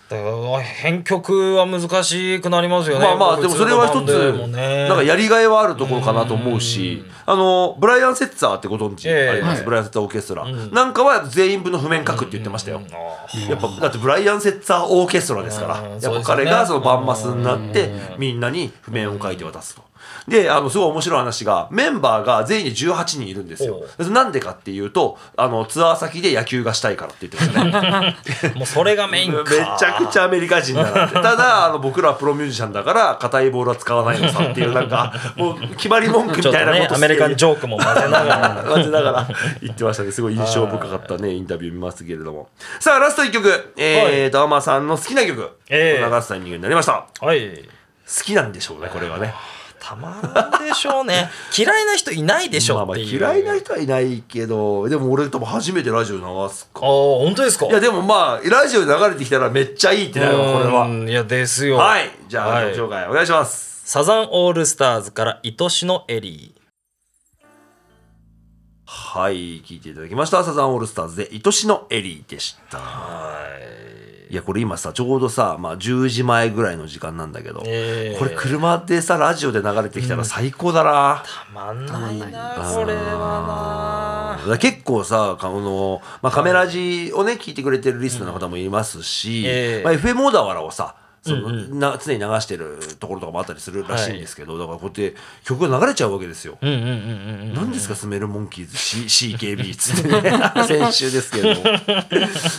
[SPEAKER 2] だから編曲は難しくなりますよね
[SPEAKER 1] まあまあでもそれは一つなんか
[SPEAKER 2] や
[SPEAKER 1] やりがいはあるところかなと思うしあのブライアン・セッツァーってご存知
[SPEAKER 2] ええ
[SPEAKER 1] あります、
[SPEAKER 3] はい
[SPEAKER 1] ブライアン・セッツァーオーケストラ、なんかは全員分の譜面書くって言ってましたよ、やっぱだってブライアン・セッツァーオーケストラですから、
[SPEAKER 2] うん
[SPEAKER 1] や
[SPEAKER 2] そう
[SPEAKER 1] っ
[SPEAKER 2] です
[SPEAKER 1] ぱ
[SPEAKER 2] よ
[SPEAKER 1] 彼
[SPEAKER 2] ね
[SPEAKER 1] がそのバンマスになって、みんなに譜面を書いて渡すと。であのすごい面白い話がメンバーが全員で18人いるんですよ
[SPEAKER 2] お
[SPEAKER 1] なんでかっていうとあのツアー先で野球がしたいからって言ってましたね
[SPEAKER 2] もうそれがメインか
[SPEAKER 1] めちゃくちゃアメリカ人だなってただあの僕らはプロミュージシャンだから硬いボールは使わないのさって いうなんかもう決まり文句み
[SPEAKER 2] ちょったと
[SPEAKER 1] いな
[SPEAKER 2] ね
[SPEAKER 1] こと
[SPEAKER 2] アメリカンジ
[SPEAKER 1] ョ
[SPEAKER 2] ョークも混ぜながら
[SPEAKER 1] ー混ぜながら言ってましたねすごい印象深かったねインタビュー見ますけれどもさあラスト1曲えーとアマさんの好きな曲
[SPEAKER 2] ええ
[SPEAKER 1] 流すタイミングになりました
[SPEAKER 2] はい
[SPEAKER 1] 好きなんでしょうねこれはね
[SPEAKER 2] たまらんでしょ うね嫌いな人いないでし
[SPEAKER 1] ま
[SPEAKER 2] ょ
[SPEAKER 1] あま
[SPEAKER 2] っ
[SPEAKER 1] あ
[SPEAKER 2] ていう、
[SPEAKER 1] 嫌いな
[SPEAKER 2] あ
[SPEAKER 1] 人はいないけどでも俺多分初めてラジオ流す
[SPEAKER 2] あ
[SPEAKER 1] か
[SPEAKER 2] 本当ですか
[SPEAKER 1] いやでもまあラジオで流れてきたらめっちゃいいってなるわこれは
[SPEAKER 2] うんいやですよ
[SPEAKER 1] はいじゃあ
[SPEAKER 2] はい
[SPEAKER 1] 曲紹介お願いします
[SPEAKER 2] サザンオールスターズから愛しのエリ
[SPEAKER 1] はい、聞いていただきました。サザンオールスターズで、愛しのエリーでした。
[SPEAKER 2] ーはい
[SPEAKER 1] いや、これ今さ、ちょうどさ、まあ、10時前ぐらいの時間なんだけど、
[SPEAKER 2] えー
[SPEAKER 1] これ車でさ、ラジオで流れてきたら最高だな。
[SPEAKER 2] たまんないな
[SPEAKER 1] あー
[SPEAKER 2] これは
[SPEAKER 1] だから結構さ、あの、まあ、カメラジをね、聞いてくれてるリスナーの方もいますし、
[SPEAKER 2] ええ
[SPEAKER 1] まあ、FM 小田原をさ、そのな常に流してるところとかもあったりするらしいんですけど、だからこうやって曲が流れちゃうわけですよ。
[SPEAKER 2] なうんうんうんうん
[SPEAKER 1] 何ですかスメルモンキーズ C- CKB っつってね先週ですけれども だか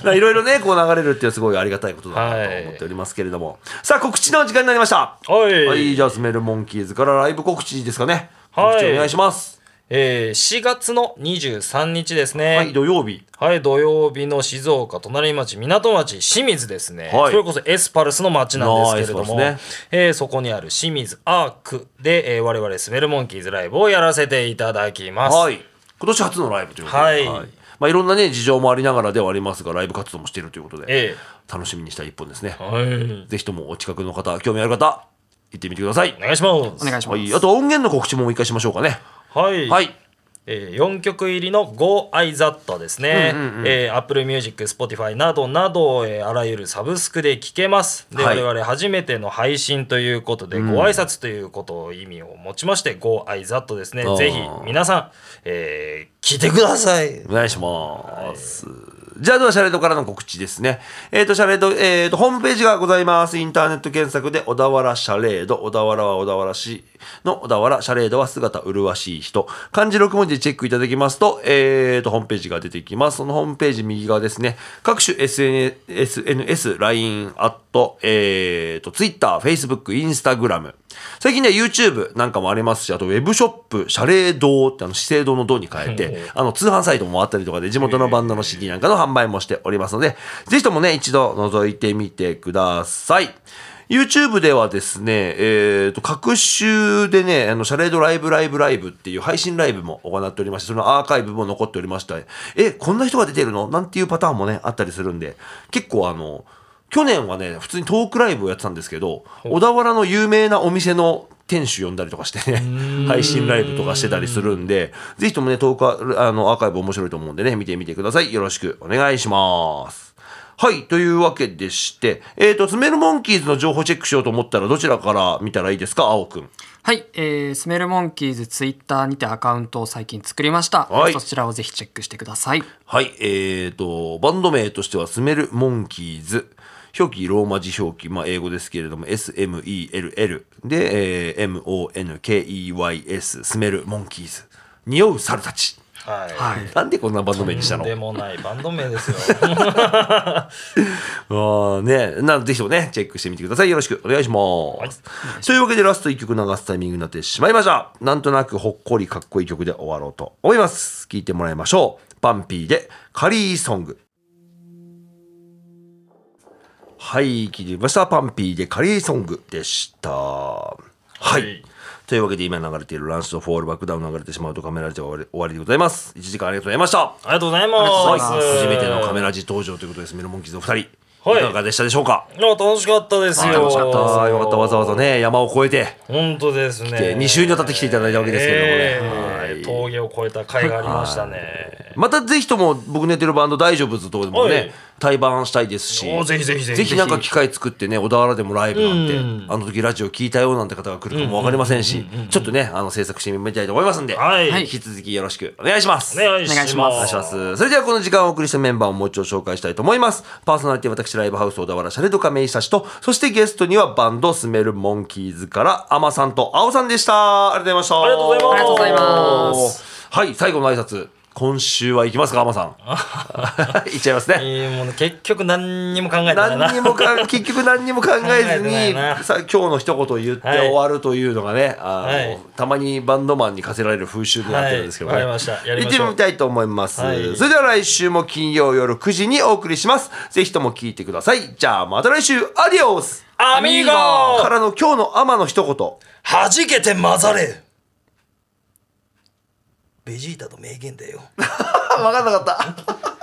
[SPEAKER 1] らいろいろねこう流れるっていうのはすごいありがたいことだなと思っておりますけれども、さあ告知の時間になりました
[SPEAKER 2] はい
[SPEAKER 1] じゃあスメルモンキーズからライブ告知ですかね
[SPEAKER 2] はい
[SPEAKER 1] 告知お願いします
[SPEAKER 2] えー、4月の23日ですね、
[SPEAKER 1] は
[SPEAKER 2] はいい
[SPEAKER 1] 土曜日
[SPEAKER 2] 土曜日の静岡隣町港町清水ですね、
[SPEAKER 1] はい
[SPEAKER 2] それこそエスパルスの町なんですけれども、
[SPEAKER 1] あーエスパル
[SPEAKER 2] えーそこにある清水アークで、えー、我々スメルモンキーズライブをやらせていただきます、
[SPEAKER 1] はい今年初のライブということで、
[SPEAKER 2] はい
[SPEAKER 1] まあ、いろんなね事情もありながらではありますがライブ活動もしているということで、
[SPEAKER 2] え
[SPEAKER 1] 楽しみにした一本ですね、
[SPEAKER 2] ーはい、
[SPEAKER 1] ぜひともお近くの方興味ある方行ってみてください
[SPEAKER 2] お願いします
[SPEAKER 3] お願いしま
[SPEAKER 1] はい、あと音源の告知もう一回しましょうかね
[SPEAKER 2] はい、
[SPEAKER 1] はい
[SPEAKER 2] えー、4曲入りの Go I That ですね、えー、Apple Music、Spotify などなど、えーあらゆるサブスクで聴けますで、
[SPEAKER 1] はい
[SPEAKER 2] 我々初めての配信ということで、ご挨拶ということを意味を持ちまして Go I That ですね
[SPEAKER 1] あー
[SPEAKER 2] ぜひ皆さん、えー、聞いてください
[SPEAKER 1] お願いします。じゃあ、では、シャレードからの告知ですね。えっ、と、シャレード、えっ、と、ホームページがございます。インターネット検索で、小田原シャレード、小田原は小田原市の小田原、シャレードは姿麗しい人。漢字6文字でチェックいただきますと、えっ、と、ホームページが出てきます。そのホームページ右側ですね。各種 SNS、SNS、LINE、アット、えっ、と、Twitter、Facebook、Instagram。最近ね、YouTube なんかもありますし、あと、ウェブショップ、シャレードって、あの、資生堂の堂に変えて、あの、通販サイトもあったりとかで、地元のバンドの CD なんかの販売もしておりますので、ぜひともね、一度覗いてみてください。YouTube ではですね、えっ、と、各週でね、あの、シャレードライブライブライブっていう配信ライブも行っておりまして、そのアーカイブも残っておりました。え、こんな人が出てるのなんていうパターンもね、あったりするんで、結構あの、去年はね、普通にトークライブをやってたんですけど、小田原の有名なお店の店主呼んだりとかしてね、配信ライブとかしてたりするんで、ぜひともね、トークアあのアーカイブ面白いと思うんでね、見てみてください。よろしくお願いします。はい。というわけでして、えっ、と、スメルモンキーズの情報チェックしようと思ったら、どちらから見たらいいですか青くん。
[SPEAKER 3] はい、えースメルモンキーズツイッターにてアカウントを最近作りました、
[SPEAKER 1] はい
[SPEAKER 3] そちらをぜひチェックしてください
[SPEAKER 1] はい。えっ、と、バンド名としては、スメルモンキーズ。表記、ローマ字表記、まあ、英語ですけれども、SMELL で、えー MONKEYS、スメルモンキーズ。匂う猿たち。
[SPEAKER 2] はい、
[SPEAKER 3] はい
[SPEAKER 1] なんでこんなバンド名にした
[SPEAKER 2] とん
[SPEAKER 1] の
[SPEAKER 2] でもないバンド名ですよ
[SPEAKER 1] ああね、なぜひともね、チェックしてみてください。よろしくお願いします。というわけで、ラスト1曲流すタイミングになってしまいました。なんとなくほっこりかっこいい曲で終わろうと思います。聴いてもらいましょう。パンピーで、カリーソング。はい、聴いてみました。パンピーで、カリーソングでした。はい。というわけで今流れているランスとフォールバックダウン流れてしまうとカメラジは終わり終わりでございます1時間ありがとうございました
[SPEAKER 2] ありがとうござい
[SPEAKER 1] は
[SPEAKER 2] ま
[SPEAKER 1] い、
[SPEAKER 2] す。
[SPEAKER 1] 初めてのカメラジ登場ということですメロモンキーズのお二人、
[SPEAKER 2] はい
[SPEAKER 1] い、かがでしたでしょうか
[SPEAKER 2] いや楽しかったですよ。
[SPEAKER 1] 楽しかったよかったわざわざね山を越えて
[SPEAKER 2] 本当ですね。
[SPEAKER 1] 二週にわたって来ていただいたわけですけれどもね
[SPEAKER 2] ええ
[SPEAKER 1] はい
[SPEAKER 2] 峠を越えた甲斐がありましたね。
[SPEAKER 1] またぜひとも僕寝てるバンド大丈夫ずとでも
[SPEAKER 2] は
[SPEAKER 1] ね
[SPEAKER 2] い
[SPEAKER 1] 対バンしたいですし
[SPEAKER 2] おぜひぜひぜひ
[SPEAKER 1] ぜひなんか機会作ってね小田原でもライブなんて
[SPEAKER 2] うん
[SPEAKER 1] あの時ラジオ聞いたよなんて方が来るかも分かりませんしちょっとねあの制作してみたいと思いますんで
[SPEAKER 2] はい。
[SPEAKER 3] はい
[SPEAKER 1] 引き続きよろしくお願いします
[SPEAKER 2] お願いします。
[SPEAKER 3] お願いします
[SPEAKER 1] お願いします。それではこの時間をお送りしたメンバーをもう一度紹介したいと思います。パーソナリティは私、ライブハウス小田原シャレドカメイサシと、そしてゲストにはバンドスメルモンキーズから、アマさんとアオさんでした。ありがとうございました。。
[SPEAKER 2] ありがとうございますありがとうござい
[SPEAKER 3] ます
[SPEAKER 1] はい、最後の挨拶。今週は行きますか、アマ さん。行っちゃいますね。
[SPEAKER 2] えーもうね結局何にも考えてないな。
[SPEAKER 1] 何にもか結局何にも考えず
[SPEAKER 2] 考え
[SPEAKER 1] に
[SPEAKER 2] てないな
[SPEAKER 1] さ今日の一言を言って
[SPEAKER 2] はい
[SPEAKER 1] 終わるというのがね、あの
[SPEAKER 2] はい
[SPEAKER 1] たまにバンドマンに課せられる風習になってるんですけどね、
[SPEAKER 2] はいわかりましたやり
[SPEAKER 1] 行
[SPEAKER 2] ま
[SPEAKER 1] っ
[SPEAKER 2] してょう
[SPEAKER 1] みたいと思います、
[SPEAKER 2] はい
[SPEAKER 1] それでは来週も金曜夜9時にお送りしますぜひとも聞いてくださいじゃあまた来週アディオス
[SPEAKER 2] アミーゴ
[SPEAKER 1] か
[SPEAKER 2] ー
[SPEAKER 1] らの今日の「アマの一言
[SPEAKER 2] 弾けて混ざれベジータと名言だよ。
[SPEAKER 1] 分かんなかった